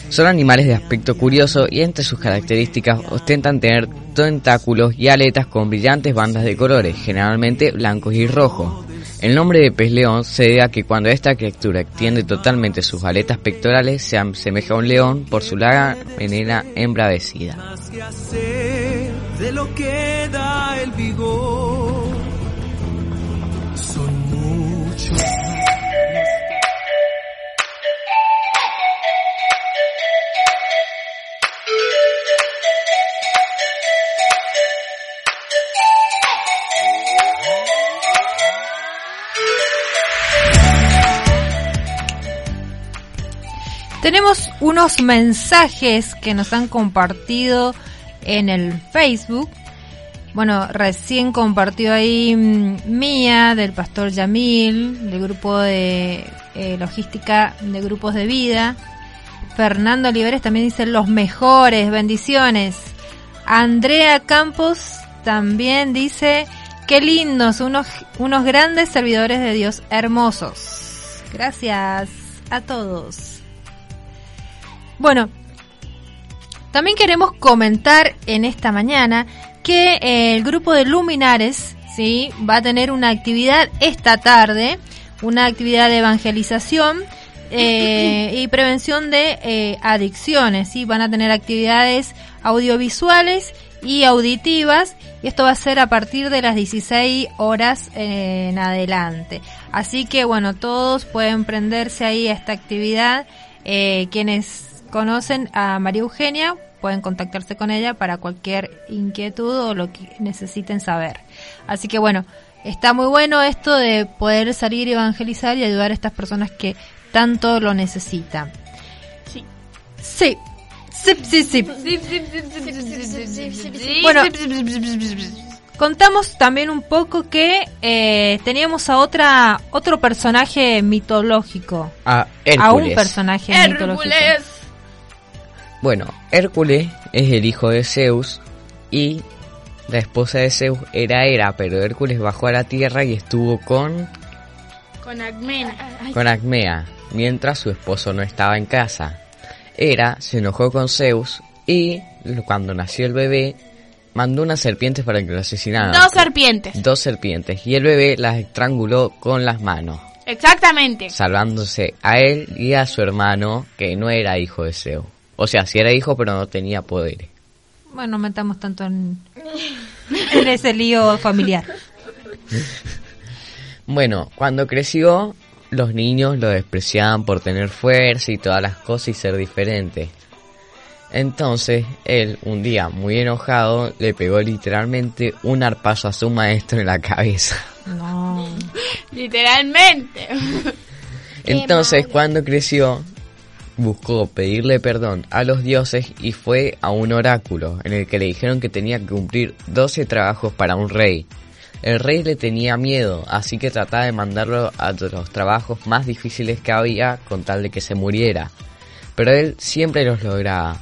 E: Son animales de aspecto curioso y entre sus características ostentan tener tentáculos y aletas con brillantes bandas de colores, generalmente blancos y rojos. El nombre de pez león se debe a que cuando esta criatura extiende totalmente sus aletas pectorales se asemeja a un león por su larga venena embravecida.
A: Hacia hacer de lo que da el vigor. Son muchos.
D: Tenemos unos mensajes que nos han compartido en el Facebook. Bueno, recién compartió ahí mm, Mía del Pastor Yamil, del grupo de eh, logística de grupos de vida. Fernando Olivares también dice los mejores, bendiciones. Andrea Campos también dice, qué lindos, unos, unos grandes servidores de Dios hermosos. Gracias a todos. Bueno, también queremos comentar en esta mañana que eh, el grupo de luminares, ¿sí? Va a tener una actividad esta tarde, una actividad de evangelización eh, y prevención de eh, adicciones, ¿sí? Van a tener actividades audiovisuales y auditivas y esto va a ser a partir de las 16 horas eh, en adelante. Así que bueno, todos pueden prenderse ahí a esta actividad. Eh, quienes conocen a María Eugenia pueden contactarse con ella para cualquier inquietud o lo que necesiten saber. Así que bueno, está muy bueno esto de poder salir y evangelizar y ayudar a estas personas que tanto lo necesitan.
M: Sí.
D: Sí. Sí, sí, sí. Bueno,
M: Bueno,
D: contamos también un poco que eh, teníamos a otra otro personaje mitológico.
E: A,
D: A un
E: Hércules.
D: personaje mitológico.
E: Bueno, Hércules es el hijo de Zeus y la esposa de Zeus era Hera, pero Hércules bajó a la tierra y estuvo con,
F: Con Agmena.
E: con Acmea, mientras su esposo no estaba en casa. Hera se enojó con Zeus y, cuando nació el bebé, mandó unas serpientes para que lo asesinaran.
F: Dos serpientes.
E: Dos serpientes. Y el bebé las estranguló con las manos,
F: Exactamente.
E: salvándose a él y a su hermano, que no era hijo de Zeus. O sea, sí era hijo, pero no tenía poderes.
D: Bueno, no metamos tanto en, en ese lío familiar.
E: Bueno, cuando creció, los niños lo despreciaban por tener fuerza y todas las cosas y ser diferente. Entonces, él, un día muy enojado, le pegó literalmente un arpazo a su maestro en la cabeza.
D: No.
F: Literalmente.
E: Entonces, cuando creció, buscó pedirle perdón a los dioses y fue a un oráculo en el que le dijeron que tenía que cumplir 12 trabajos para un rey. El rey le tenía miedo, así que trataba de mandarlo a los trabajos más difíciles que había con tal de que se muriera. Pero él siempre los lograba.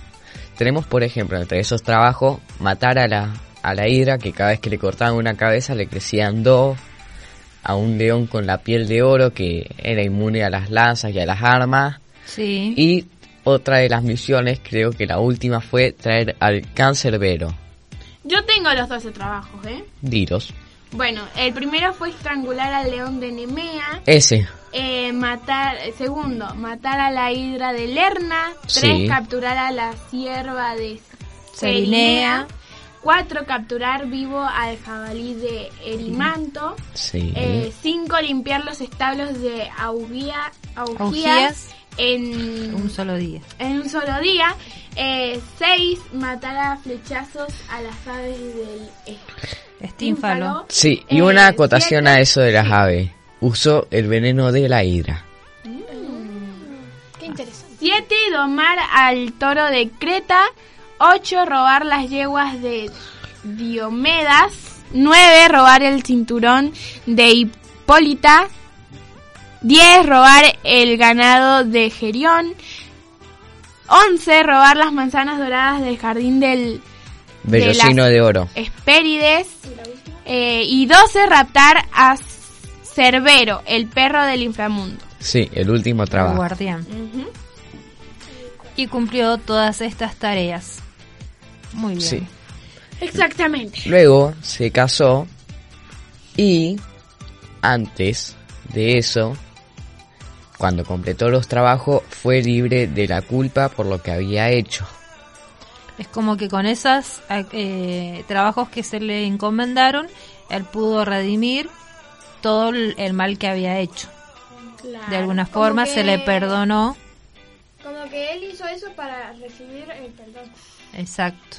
E: Tenemos, por ejemplo, entre esos trabajos, matar a la, a la hidra que cada vez que le cortaban una cabeza le crecían dos, a un león con la piel de oro que era inmune a las lanzas y a las armas,
D: Sí.
E: y otra de las misiones, creo que la última, fue traer al cancerbero,
F: Yo tengo los 12 trabajos, ¿eh?
E: Diros.
F: Bueno, el primero fue estrangular al león de Nemea.
E: Ese.
F: Eh, matar, eh, segundo, matar a la hidra de Lerna.
E: Sí.
F: Tres, capturar a la sierva de
D: Serinea.
F: Serinea. Cuatro, capturar vivo al jabalí de Erimanto.
E: Sí.
F: Eh, cinco, limpiar los establos de Augía, Augías,
D: Augías.
F: en
D: Un solo día.
F: en un solo día. Eh, seis, matar a flechazos a las aves del
D: estínfalo.
E: Sí, y una acotación a eso de las aves. Usó el veneno de la hidra.
F: Qué interesante. Siete, domar al toro de Creta. Ocho, robar las yeguas de Diomedas. Nueve, robar el cinturón de Hipólita. Diez, robar el ganado de Gerión. Once, robar las manzanas doradas del jardín del
E: Vellocino
F: las-
E: de oro.
F: Espérides. Eh, y 12, raptar a Cerbero, el perro del inframundo.
E: Sí, el último trabajo.
D: Guardián. Y cumplió todas estas tareas. Muy bien.
E: Sí.
F: Exactamente.
E: Luego se casó y antes de eso, cuando completó los trabajos, fue libre de la culpa por lo que había hecho.
D: Es como que con esos trabajos que se le encomendaron, él pudo redimir todo el el mal que había hecho. De alguna
H: Como
D: forma se le
H: que-
D: perdonó.
H: Como que él hizo eso para recibir el perdón.
D: Exacto.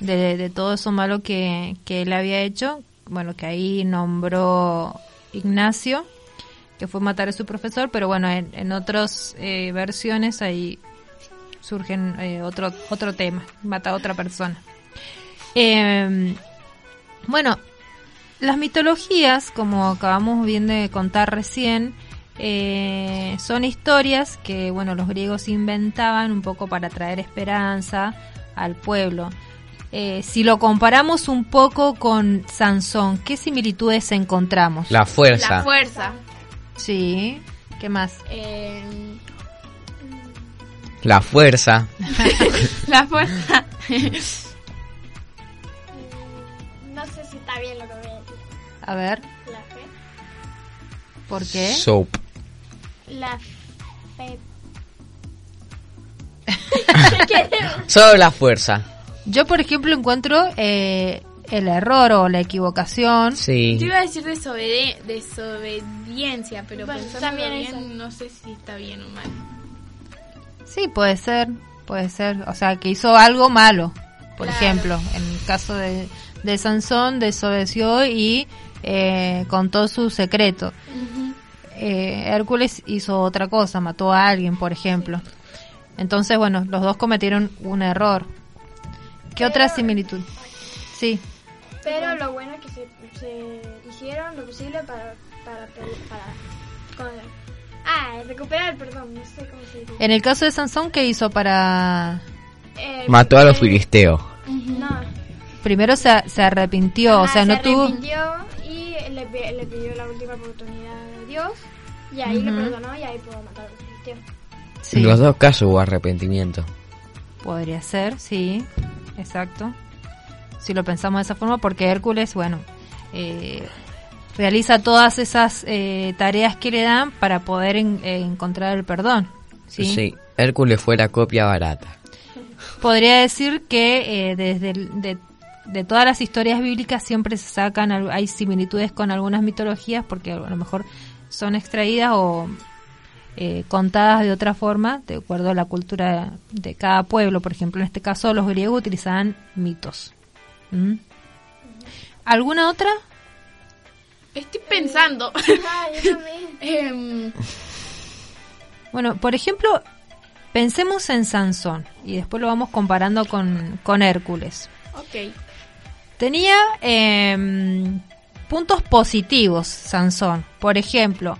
D: De, de todo eso malo que, que él había hecho, bueno, que ahí nombró Ignacio, que fue matar a su profesor, pero bueno, en, en otras eh, versiones ahí surgen eh, otro, otro tema, mata a otra persona. Eh, bueno, las mitologías, como acabamos bien de contar recién, eh, son historias que, bueno, los griegos inventaban un poco para traer esperanza al pueblo. Eh, si lo comparamos un poco con Sansón, ¿qué similitudes encontramos?
E: La fuerza. La
F: fuerza.
D: Sí. ¿Qué más?
H: Eh,
E: La fuerza.
F: La fuerza.
H: Mm, No sé si está bien lo que voy a decir.
D: A ver,
H: La fe.
D: ¿por qué?
E: Soap.
H: La fe.
E: Solo la fuerza.
D: Yo, por ejemplo, encuentro eh, el error o la equivocación.
E: Sí.
F: Yo iba a decir desobede- desobediencia, pero
H: Bueno,
F: pensándolo
H: también
F: bien, no sé si está bien o mal.
D: Sí, puede ser, puede ser. O sea, que hizo algo malo, por ejemplo. En el caso de, de Sansón, desobedeció y eh, contó su secreto. Eh, Hércules hizo otra cosa, mató a alguien, por ejemplo. Entonces, bueno, los dos cometieron un error. ¿Qué otra similitud? Sí,
H: Pero lo bueno es que se, se hicieron lo posible para. para. pe- para. con- ah, recuperar el perdón, no sé cómo se dice.
D: en el caso de Sansón, ¿qué hizo para...?
H: Eh,
E: Mató a los filisteos.
H: No,
D: Primero se, se
G: Ah,
D: arrepintió, o
H: Ajá,
D: sea, no
H: Ah, se
D: tuvo...
H: arrepintió y le, pi- le pidió la última oportunidad a Dios Y ahí
D: Ujú.
H: le perdonó y ahí pudo matar a Cristian.
E: En los dos casos hubo arrepentimiento.
D: Podría ser, sí, exacto. Si lo pensamos de esa forma, porque Hércules, bueno, eh, realiza todas esas eh, tareas que le dan para poder en- eh, encontrar el perdón. Sí.
E: Sí, Hércules fue la copia barata.
D: Podría decir que eh, desde el- de, de todas las historias bíblicas siempre se sacan, al- hay similitudes con algunas mitologías porque a lo mejor son extraídas o eh, contadas de otra forma, de acuerdo a la cultura de cada pueblo. Por ejemplo, en este caso los griegos utilizaban mitos. ¿Mm? ¿Alguna otra?
F: Estoy pensando. Em,
D: Bueno, por ejemplo, pensemos en Sansón y después lo vamos comparando con, con Hércules.
F: ok.
D: Tenía em, puntos positivos Sansón. Por ejemplo,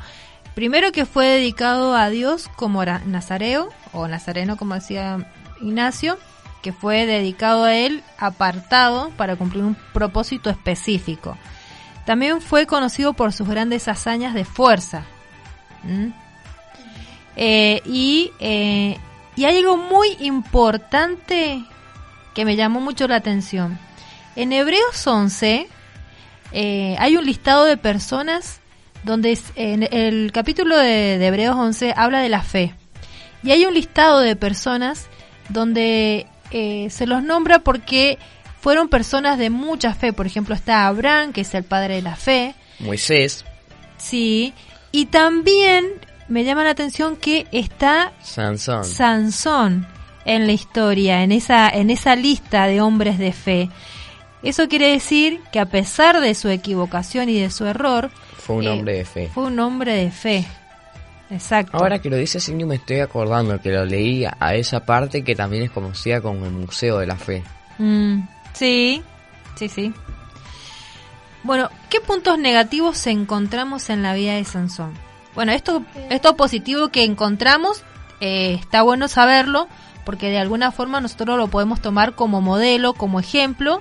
D: primero que fue dedicado a Dios como ra- nazareo, o nazareno como decía Ignacio, que fue dedicado a él apartado para cumplir un propósito específico. También fue conocido por sus grandes hazañas de fuerza. ¿Mm? Eh, y, eh, y hay algo muy importante que me llamó mucho la atención. En Hebreos 11 eh, hay un listado de personas donde es- en el capítulo de, de Hebreos 11 habla de la fe. Y hay un listado de personas donde eh, se los nombra porque fueron personas de mucha fe. Por ejemplo, está Abraham, que es el padre de la fe.
E: Moisés,
D: Sí. Y también me llama la atención que está
E: Sansón.
D: Sansón en la historia, en esa, en esa lista de hombres de fe. Eso quiere decir que a pesar de su equivocación y de su error,
E: fue un
D: eh,
E: hombre de fe.
D: Fue un hombre de fe. Exacto.
E: Ahora que lo dice Cindy me estoy acordando que lo leí a esa parte que también es conocida como el Museo de la Fe.
D: Mm, sí, sí, sí. Bueno, ¿qué puntos negativos encontramos en la vida de Sansón? Bueno, esto, esto positivo que encontramos eh, está bueno saberlo porque de alguna forma nosotros lo podemos tomar como modelo, como ejemplo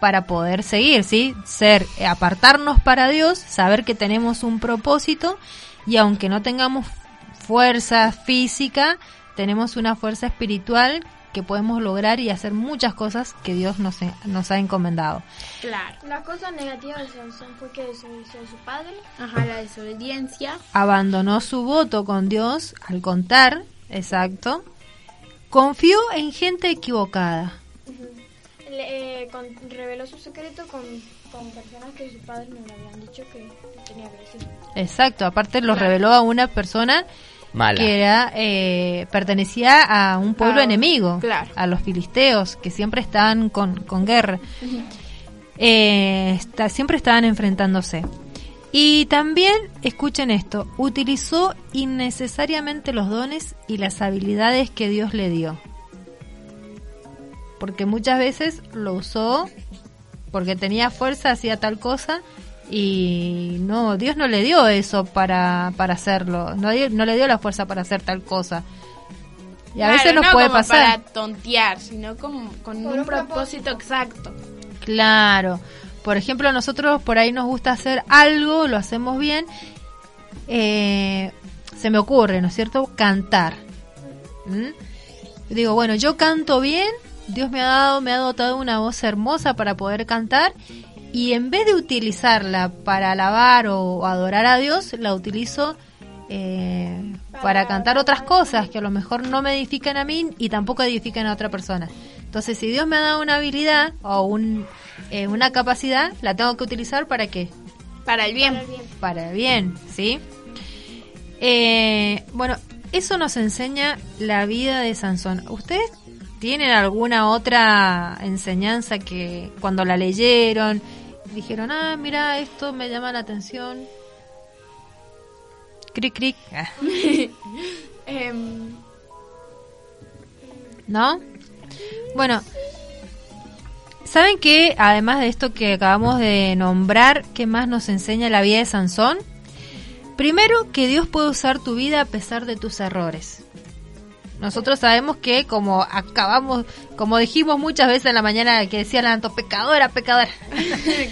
D: para poder seguir, ¿sí? Ser, eh, apartarnos para Dios, saber que tenemos un propósito y aunque no tengamos fuerza física, tenemos una fuerza espiritual que podemos lograr y hacer muchas cosas que Dios nos, en- nos ha encomendado.
F: Claro.
H: Las cosas negativas de Sansón fue que desobedeció a su padre.
F: Ajá, la desobediencia.
D: Abandonó su voto con Dios al contar, exacto. Confió en gente equivocada.
H: Le, eh, con- reveló su secreto con, con personas que sus padres no le habían dicho que tenía que decir.
D: Exacto, aparte lo reveló a una persona
E: Mala.
D: que era eh, pertenecía a un pueblo
F: Ah,
D: enemigo,
F: claro.
D: a los filisteos, que siempre estaban con, con guerra, Eh, está- siempre estaban enfrentándose. Y también, escuchen esto, utilizó innecesariamente los dones y las habilidades que Dios le dio. Porque muchas veces lo usó porque tenía fuerza, hacía tal cosa y no, Dios no le dio eso para, para hacerlo, no, dio- no le dio la fuerza para hacer tal cosa. Y a
F: Claro,
D: veces nos
F: no
D: puede
F: como
D: pasar.
F: Para tontear, sino como con un, propósito exacto.
D: Claro. Por ejemplo, nosotros por ahí nos gusta hacer algo, lo hacemos bien. eh, se me ocurre, ¿no es cierto? Cantar. ¿Mm? Digo, bueno, yo canto bien, Dios me ha dado, me ha dotado una voz hermosa para poder cantar. Y en vez de utilizarla para alabar o adorar a Dios, la utilizo eh, para cantar otras cosas que a lo mejor no me edifican a mí y tampoco edifican a otra persona. Entonces, si Dios me ha dado una habilidad o un, eh, una capacidad, la tengo que utilizar para qué?
F: Para el bien.
D: Para el bien, ¿sí? Eh, bueno, eso nos enseña la vida de Sansón. ¿Ustedes tienen alguna otra enseñanza que cuando la leyeron dijeron, ah, mira, esto me llama la atención? Cric, cric. Ah,
F: Em,
D: ¿No? Bueno, ¿saben que además de esto que acabamos de nombrar, qué más nos enseña la vida de Sansón? Primero, que Dios puede usar tu vida a pesar de tus errores. Nosotros sabemos que, como acabamos, como dijimos muchas veces en la mañana que decía la Anto, pecadora, pecadora,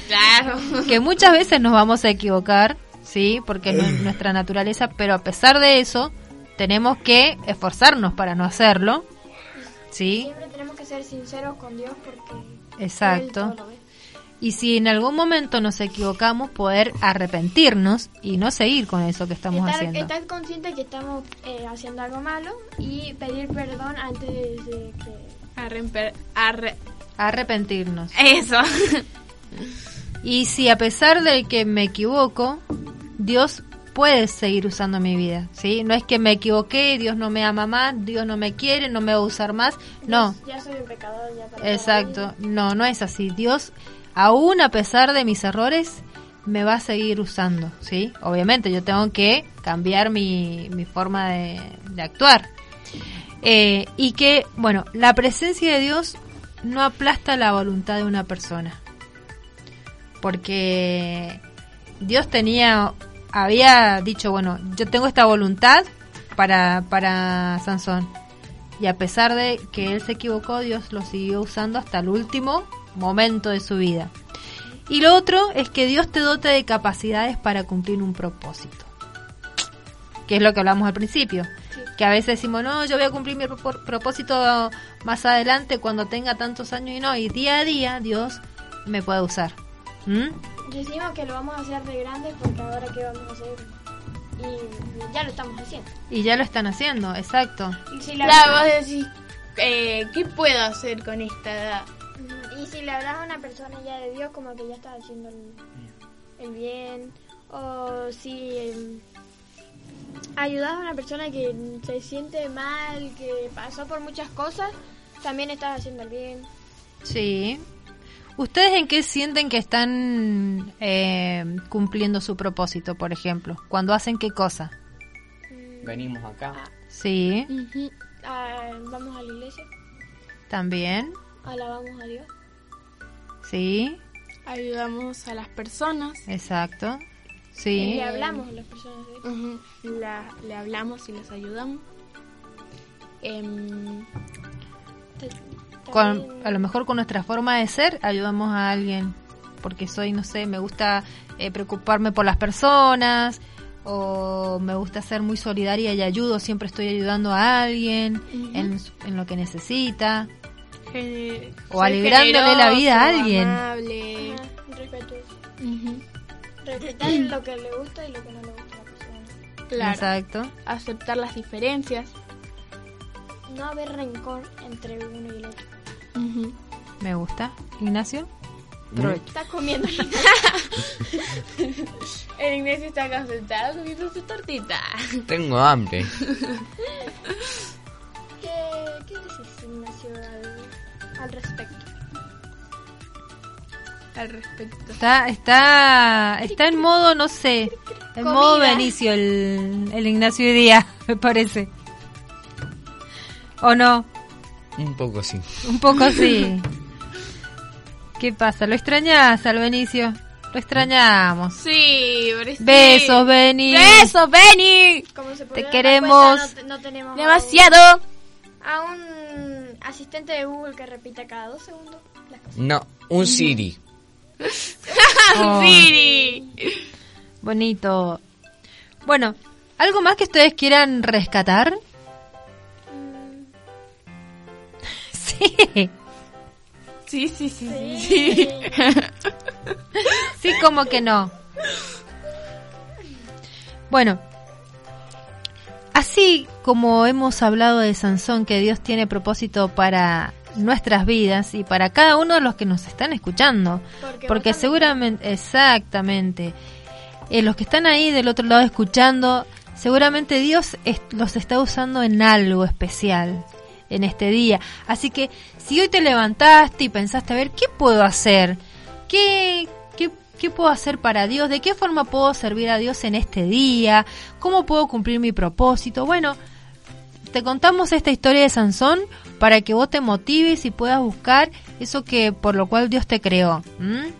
F: claro.
D: que muchas veces nos vamos a equivocar, ¿sí? Porque es nu- nuestra naturaleza, pero a pesar de eso, tenemos que esforzarnos para no hacerlo, ¿sí?
G: Siempre tenemos que ser sinceros con Dios porque...
D: Exacto. Y si en algún momento nos equivocamos, poder arrepentirnos y no seguir con eso que estamos
G: estar,
D: haciendo.
G: estar consciente que estamos eh, haciendo algo malo y pedir perdón antes de que...
D: Arrepentirnos.
F: Eso.
D: Y si a pesar de que me equivoco, Dios puede seguir usando mi vida, ¿sí? No es que me equivoqué, Dios no me ama más, Dios no me quiere, no me va a usar más. No,
G: Ya soy un pecador, ya perdón.
D: exacto. No, no es así. Dios, aún a pesar de mis errores, me va a seguir usando, ¿sí? Obviamente, yo tengo que cambiar mi, mi forma de, de actuar. Eh, y que, bueno, la presencia de Dios no aplasta la voluntad de una persona porque Dios tenía, había dicho, bueno, yo tengo esta voluntad para, para Sansón. Y a pesar de que él se equivocó, Dios lo siguió usando hasta el último momento de su vida. Y lo otro es que Dios te dote de capacidades para cumplir un propósito. Que es lo que hablamos al principio. Que a veces decimos, no, yo voy a cumplir mi propor- propósito más adelante cuando tenga tantos años y no. Y día a día Dios me puede usar. ¿Mm?
G: Decimos que lo vamos a hacer de grande porque ahora que vamos a hacer... Y ya lo estamos haciendo.
D: Y ya lo están haciendo, exacto.
G: Si
F: La, vos decís, eh, ¿qué puedo hacer con esta edad?
G: Y si le hablas a una persona ya de Dios, como que ya está haciendo el, el bien. O si eh, ayudas a una persona que se siente mal, que pasó por muchas cosas, también estás haciendo el bien.
D: Sí. ¿Ustedes en qué sienten que están eh, cumpliendo su propósito, por ejemplo? ¿Cuando hacen qué cosa?
E: Venimos acá.
D: Sí,
G: Ah, vamos a la iglesia,
D: también.
G: alabamos a Dios.
D: Sí,
F: Ayudamos a las personas.
D: exacto. Sí.
F: Y le hablamos
G: a las personas.
F: le hablamos y les ayudamos. Em,
D: Con, ah. a lo mejor con nuestra forma de ser ayudamos a alguien. Porque soy, no sé, me gusta eh, preocuparme por las personas. O me gusta ser muy solidaria y ayudo. Siempre estoy ayudando a alguien en, su- en lo que necesita.
F: gener-
D: O
F: soy
D: alegrándole la vida a
F: generoso,
D: alguien.
F: amable.
G: Respetuoso.
F: Ujú.
G: Respetar lo que le gusta y lo que no le gusta a la persona.
F: Claro.
D: Exacto.
F: Aceptar las diferencias.
G: No haber rencor entre uno y el otro.
D: Me gusta. Ignacio.
E: Provecho.
G: Estás comiendo.
F: El Ignacio está concentrado comiendo su tortita.
E: Tengo hambre.
G: ¿Qué, qué dices, Ignacio, al, al respecto?
F: Al respecto.
D: Está, está, está en modo, no sé, en
F: Comida.
D: modo Benicio el, el Ignacio hoy día, me parece. ¿O no?
E: Un poco sí.
D: Un poco así. ¿Qué pasa? ¿Lo extrañas al Benicio? Lo extrañamos.
F: Sí, pero sí.
D: Besos, Beni.
F: Besos, Beni.
G: Como se
D: Te
G: podrán dar
D: queremos.
G: cuenta, no, te- no tenemos
F: Demasiado.
G: A un, a un asistente de Google que repita cada dos segundos las cosas.
E: No, un Siri.
D: Oh.
F: Siri.
D: Bonito. Bueno, ¿algo más que ustedes quieran rescatar?
F: Mm.
D: Sí.
F: Sí, sí, sí. sí,
D: Sí. Sí, como que no. Bueno, así como hemos hablado de Sansón, que Dios tiene propósito para nuestras vidas y para cada uno de los que nos están escuchando, porque, seguramente, exactamente, eh, los que están ahí del otro lado escuchando, seguramente Dios es- los está usando en algo especial en este día. Así que si hoy te levantaste y pensaste, a ver, ¿qué puedo hacer? ¿Qué, qué, qué puedo hacer para Dios? ¿De qué forma puedo servir a Dios en este día? ¿Cómo puedo cumplir mi propósito? Bueno, te contamos esta historia de Sansón para que vos te motives y puedas buscar eso que por lo cual Dios te creó. ¿m?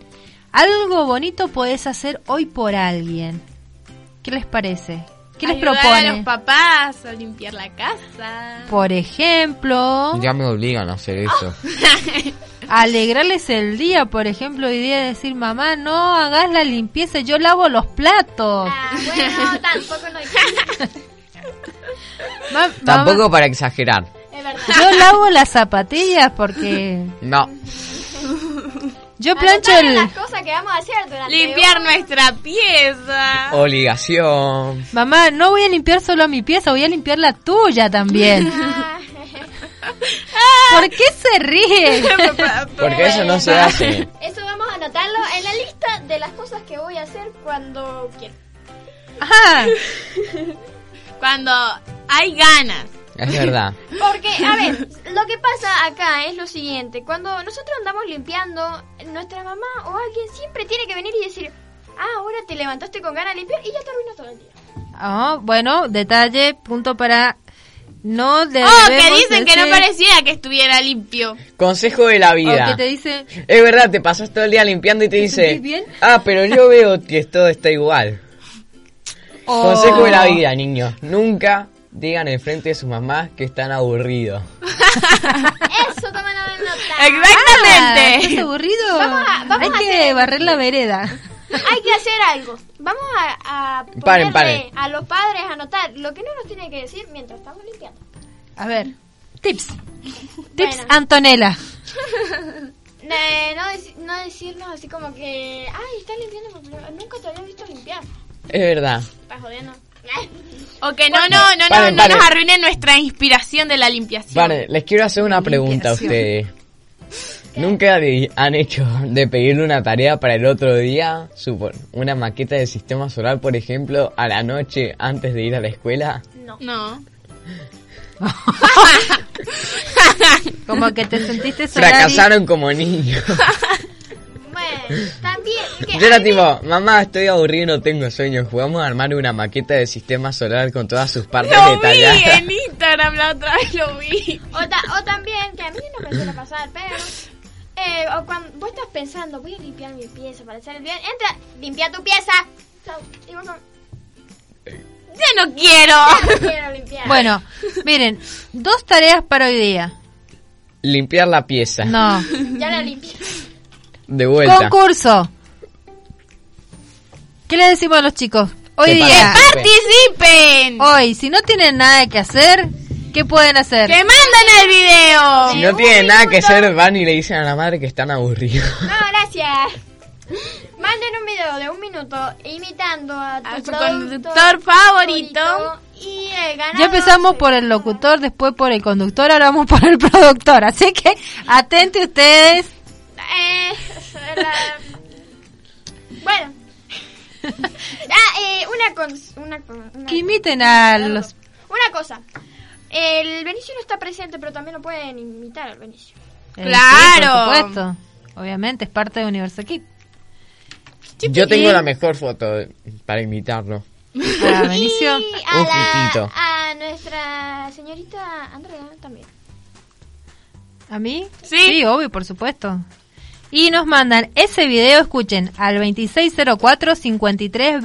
D: Algo bonito podés hacer hoy por alguien. ¿Qué les parece? ¿Qué les
F: Ayudar
D: propone?
F: a los papás a limpiar la casa.
D: Por ejemplo, Ah,
E: Ya me obligan a hacer eso.
D: alegrarles el día, por ejemplo, hoy día decir, mamá, no hagas la limpieza, yo lavo los platos.
G: Ah, Bueno,
D: Ma-
G: tampoco lo
E: Tampoco
D: mamá,
E: para exagerar.
D: yo lavo las zapatillas porque
E: No.
D: yo plancho
G: Anotar
D: el...
G: las cosas que vamos a hacer durante
M: Limpiar
G: un-
M: nuestra pieza.
D: Ah.
E: Obligación.
D: Mamá, no voy a limpiar solo mi pieza, voy a limpiar la tuya también.
G: Ah,
D: ¿Por qué se ríen?
E: Porque eso no se hace.
G: Eso vamos a anotarlo en la lista de las cosas que voy a hacer cuando quiera.
M: Cuando hay ganas.
E: Es verdad.
G: Porque, a ver, lo que pasa acá es lo siguiente. Cuando nosotros andamos limpiando, nuestra mamá o alguien siempre tiene que venir y decir, ah, ahora te levantaste con ganas de limpiar y ya te arruinó todo el día.
D: Ah, bueno, detalle, punto para... No
M: Oh, que
D: debemos
M: dicen que no
D: decir-
M: pareciera que estuviera limpio.
E: Consejo de la vida.
D: O que te dice...
E: Es verdad, te pasas todo el día limpiando y te dice,
D: sentís bien?
E: ah, pero yo veo que todo está igual.
D: Oh.
E: Consejo de la vida, niños. Nunca digan en frente de sus mamás que están aburridos.
G: Eso toma la nota.
D: Ah, ¿Estás aburrido?
G: Vamos a- vamos
D: Hay
G: a
D: que
G: hacer-
D: barrer la vereda.
G: Hay que hacer algo. Vamos a, a
D: Paren,
G: ponerle
D: paren.
G: a los padres a anotar lo que no nos tiene que decir mientras estamos limpiando.
D: A ver, tips. Tips Antonella.
G: Eh, no, deci- no decirnos así como que, ay, está limpiando, pero nunca te había visto limpiar.
E: Es verdad.
G: Estás jodiendo.
M: O que no, no, no,
E: Paren,
M: no, no
E: paren.
M: nos arruinen nuestra inspiración de la limpiación.
E: Vale, les quiero hacer una pregunta a ustedes. ¿Nunca di- han hecho de pedirle una tarea para el otro día? Supo- una maqueta del sistema solar, por ejemplo, a la noche antes de ir a la escuela.
M: No. No.
D: Como que te sentiste sola.
E: Fracasaron como niños.
G: Bueno, también. que
E: Yo era
G: a mí-
E: tipo, mamá, estoy aburrido, no tengo sueños. Jugamos a armar una maqueta del sistema solar con todas sus partes
M: Lo vi eh.
E: detalladas.
M: en Instagram la otra vez, lo vi.
G: O, ta- o también, que a mí no me suele pasar, pero. eh, o cuando vos estás pensando, voy a limpiar mi pieza para hacer el bien. Entra, limpia tu pieza. Chau. Y vos como,
M: Yo no quiero.
G: "No quiero limpiar.
D: Bueno, miren, dos tareas para hoy día.
E: Limpiar la pieza.
D: No.
G: Ya la limpié.
E: De vuelta.
D: Concurso. ¿Qué le decimos a los chicos? Hoy
E: Que
D: día.
M: participen!
D: Hoy, si no tienen nada que hacer, ¿qué pueden hacer?
M: ¡Que manden el video!
E: Si no tienen nada que hacer, van y le dicen a la madre que están aburridos.
G: No, gracias. Manden un video de un minuto imitando a tu,
M: A su
G: productor
M: conductor favorito.
G: Y eh, ganan.
D: Ya empezamos por el locutor, después por el conductor, ahora vamos por el productor. Así que atente ustedes.
G: Eh, la- Bueno. Ah, eh, una, cons- una, con- una-
D: Que imiten a los...
G: una cosa. El Benicio no está presente, pero también lo pueden imitar al Benicio.
D: eh,
M: Claro.
D: sí, por supuesto. Obviamente, es parte de Universo Kid.
E: Yo tengo la mejor foto para imitarlo.
D: Ah, Benicio.
G: Y a,
E: Un
G: la-
E: pitito.
G: a nuestra señorita Andrea también.
D: ¿A mí? Sí. obvio, por supuesto. Y nos mandan ese video, escuchen, al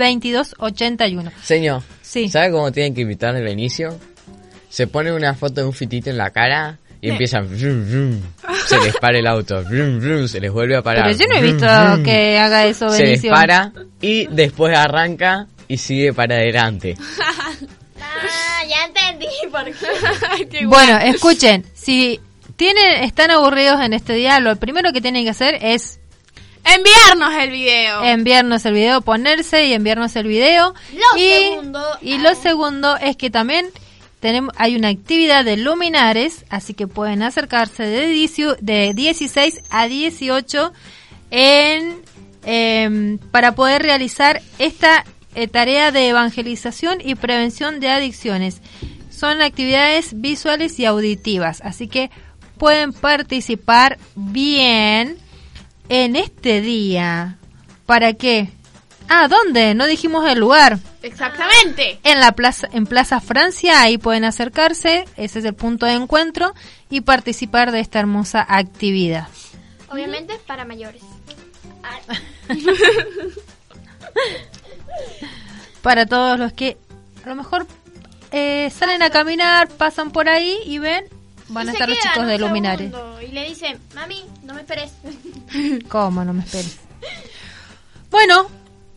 D: 2604-532281.
E: Señor,
D: Sí.
E: ¿sabe cómo tienen que imitar el Benicio? Se pone una foto de un fitito en la cara y
D: Sí.
E: empiezan. "Vroom, vroom". Se les para el auto. "Vroom, vroom", se les vuelve a parar.
D: Pero yo no he
E: "Vroom,
D: visto
E: vroom".
D: que haga eso
E: Se les
D: Benicio.
E: para y después arranca y sigue para adelante.
G: Ah, ya entendí por qué.
D: Bueno, escuchen, si tienen están aburridos en este día, lo primero que tienen que hacer es
M: Enviarnos el video.
D: enviarnos el video, ponerse y enviarnos el video.
G: Lo
D: y,
G: segundo-
D: y lo segundo es que también tenemos hay una actividad de luminares, así que pueden acercarse de, 10 de 16 a 18 en em, para poder realizar esta eh, tarea de evangelización y prevención de adicciones. Son actividades visuales y auditivas, así que pueden participar bien en este día. ¿Para qué? Ah, ¿dónde? No dijimos el lugar.
M: Exactamente.
D: En la plaza, en Plaza Francia, ahí pueden acercarse, ese es el punto de encuentro y participar de esta hermosa actividad.
G: Obviamente es para mayores. Ah,
D: Para todos los que a lo mejor eh, salen a caminar, pasan por ahí y ven Van a
H: Y se
D: estar los
H: queda
D: chicos
H: en
D: de
H: otro
D: Luminares.
H: mundo. Y le dice, mami, no me esperes.
D: ¿Cómo? No me esperes. Bueno,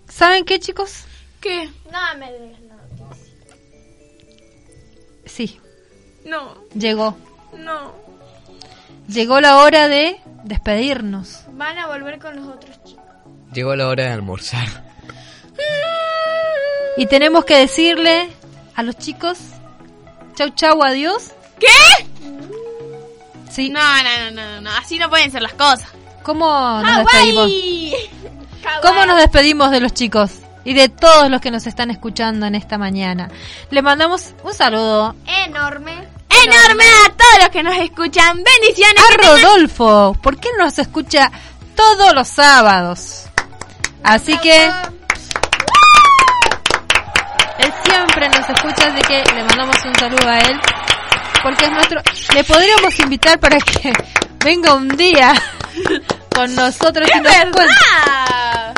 D: ¿saben qué, chicos?
H: ¿Qué? No me digas nada.
D: Sí,
H: No,
D: llegó.
H: no.
D: Llegó la hora de despedirnos.
H: Van a volver con los otros chicos.
E: Llegó la hora de almorzar.
D: Y tenemos que decirle a los chicos, chau chau, adiós.
F: ¿Qué?
D: Sí.
F: No, no, no, no, no. Así no pueden ser las cosas. Ah,
D: ¿Cómo nos despedimos?
F: ¡Hawái!
D: ¿Cómo nos despedimos de los chicos? Y de todos los que nos están escuchando en esta mañana. Le mandamos un saludo
H: Enorme.
F: Enorme a todos los que nos escuchan. Bendiciones.
D: a Rodolfo. ¿Por qué no nos escucha todos los sábados? Así que... Él siempre nos escucha, así que le mandamos un saludo a él. Porque es nuestro... Le podríamos invitar para que venga un día con nosotros y nos cuente.
H: Ah.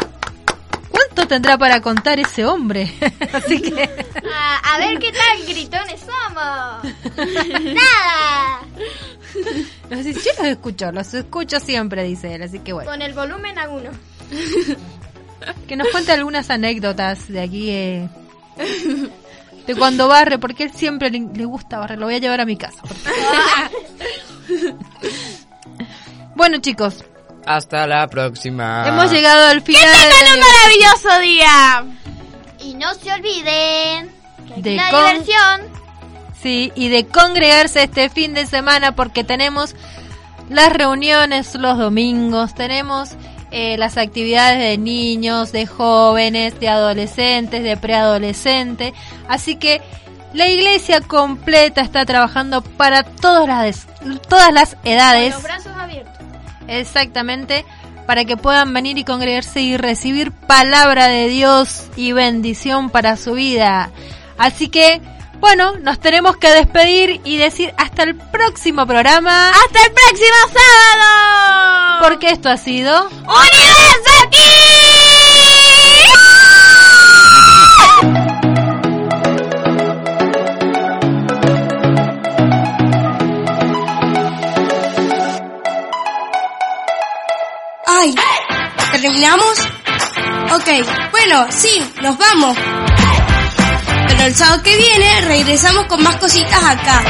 D: ¿Cuánto tendrá para contar ese hombre? Así que...
H: Ah, a ver qué tan gritones somos. Nada.
D: Los dice, yo los escucho, los escucho siempre, dice él. Así que bueno.
H: Con el volumen a uno.
D: Que nos cuente algunas anécdotas de aquí, eh, de cuando barre, porque él siempre le, le gusta barrer. Lo voy a llevar a mi casa. por favor. bueno, chicos,
E: Hasta la próxima.
D: hemos llegado al final. de-
F: maravilloso día!
H: Y no se olviden que aquí
D: De
H: la
D: con-
H: diversión
D: Sí, y de congregarse este fin de semana porque tenemos las reuniones los domingos, tenemos eh, las actividades de niños, de jóvenes, de adolescentes, de preadolescentes. Así que la iglesia completa está trabajando para todas las, todas las
H: con
D: edades.
H: los brazos abiertos.
D: Exactamente, para que puedan venir y congregarse y recibir palabra de Dios y bendición para su vida. Así que, bueno, nos tenemos que despedir y decir hasta el próximo programa. ¡Hasta el próximo sábado! Porque esto ha sido...
F: ¡Universo
M: Ay, ¿terminamos? Ok, bueno, sí, nos vamos. Pero el sábado que viene regresamos con más cositas acá.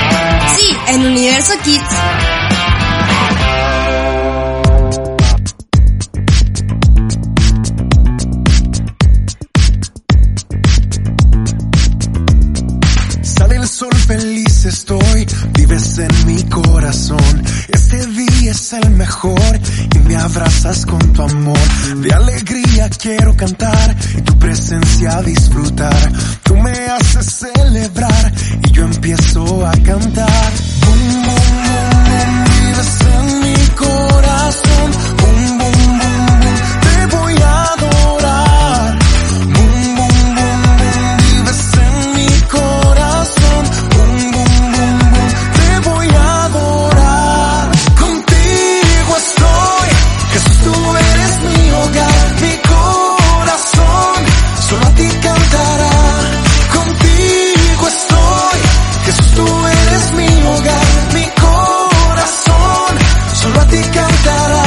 M: Sí, en Universo Kids.
Q: Sale el sol, feliz estoy, vives en mi corazón. Este día es el mejor y me abrazas con tu amor. De alegría quiero cantar y tu presencia disfrutar. Tú me haces celebrar y yo empiezo a cantar. Boom, boom, boom, boom, vives en mi corazón. Boom, boom, boom, boom, te voy a adorar. Boom, boom, boom, boom, vives en mi corazón. Boom, boom, boom, boom, te voy a adorar. Contigo estoy, Jesús, tú eres mi hogar, mi corazón. Solo a ti cantará. Contigo estoy, Jesús, tú eres mi hogar, mi corazón. Solo a ti cantará.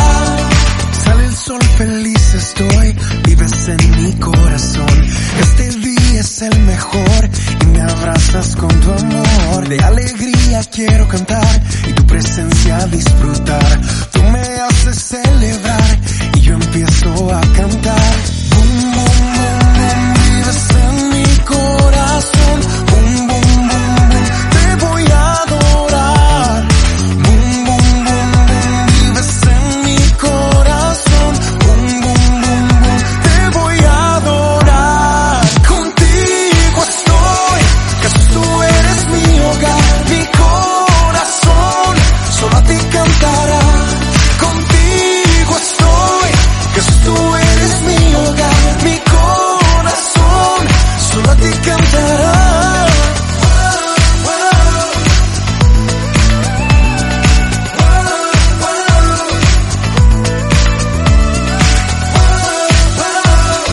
Q: Sale el sol, feliz estoy, vives en mi corazón. Este día es el mejor y me abrazas con tu amor. De alegría quiero cantar y tu presencia disfrutar. Tú me haces celebrar y yo empiezo a cantar.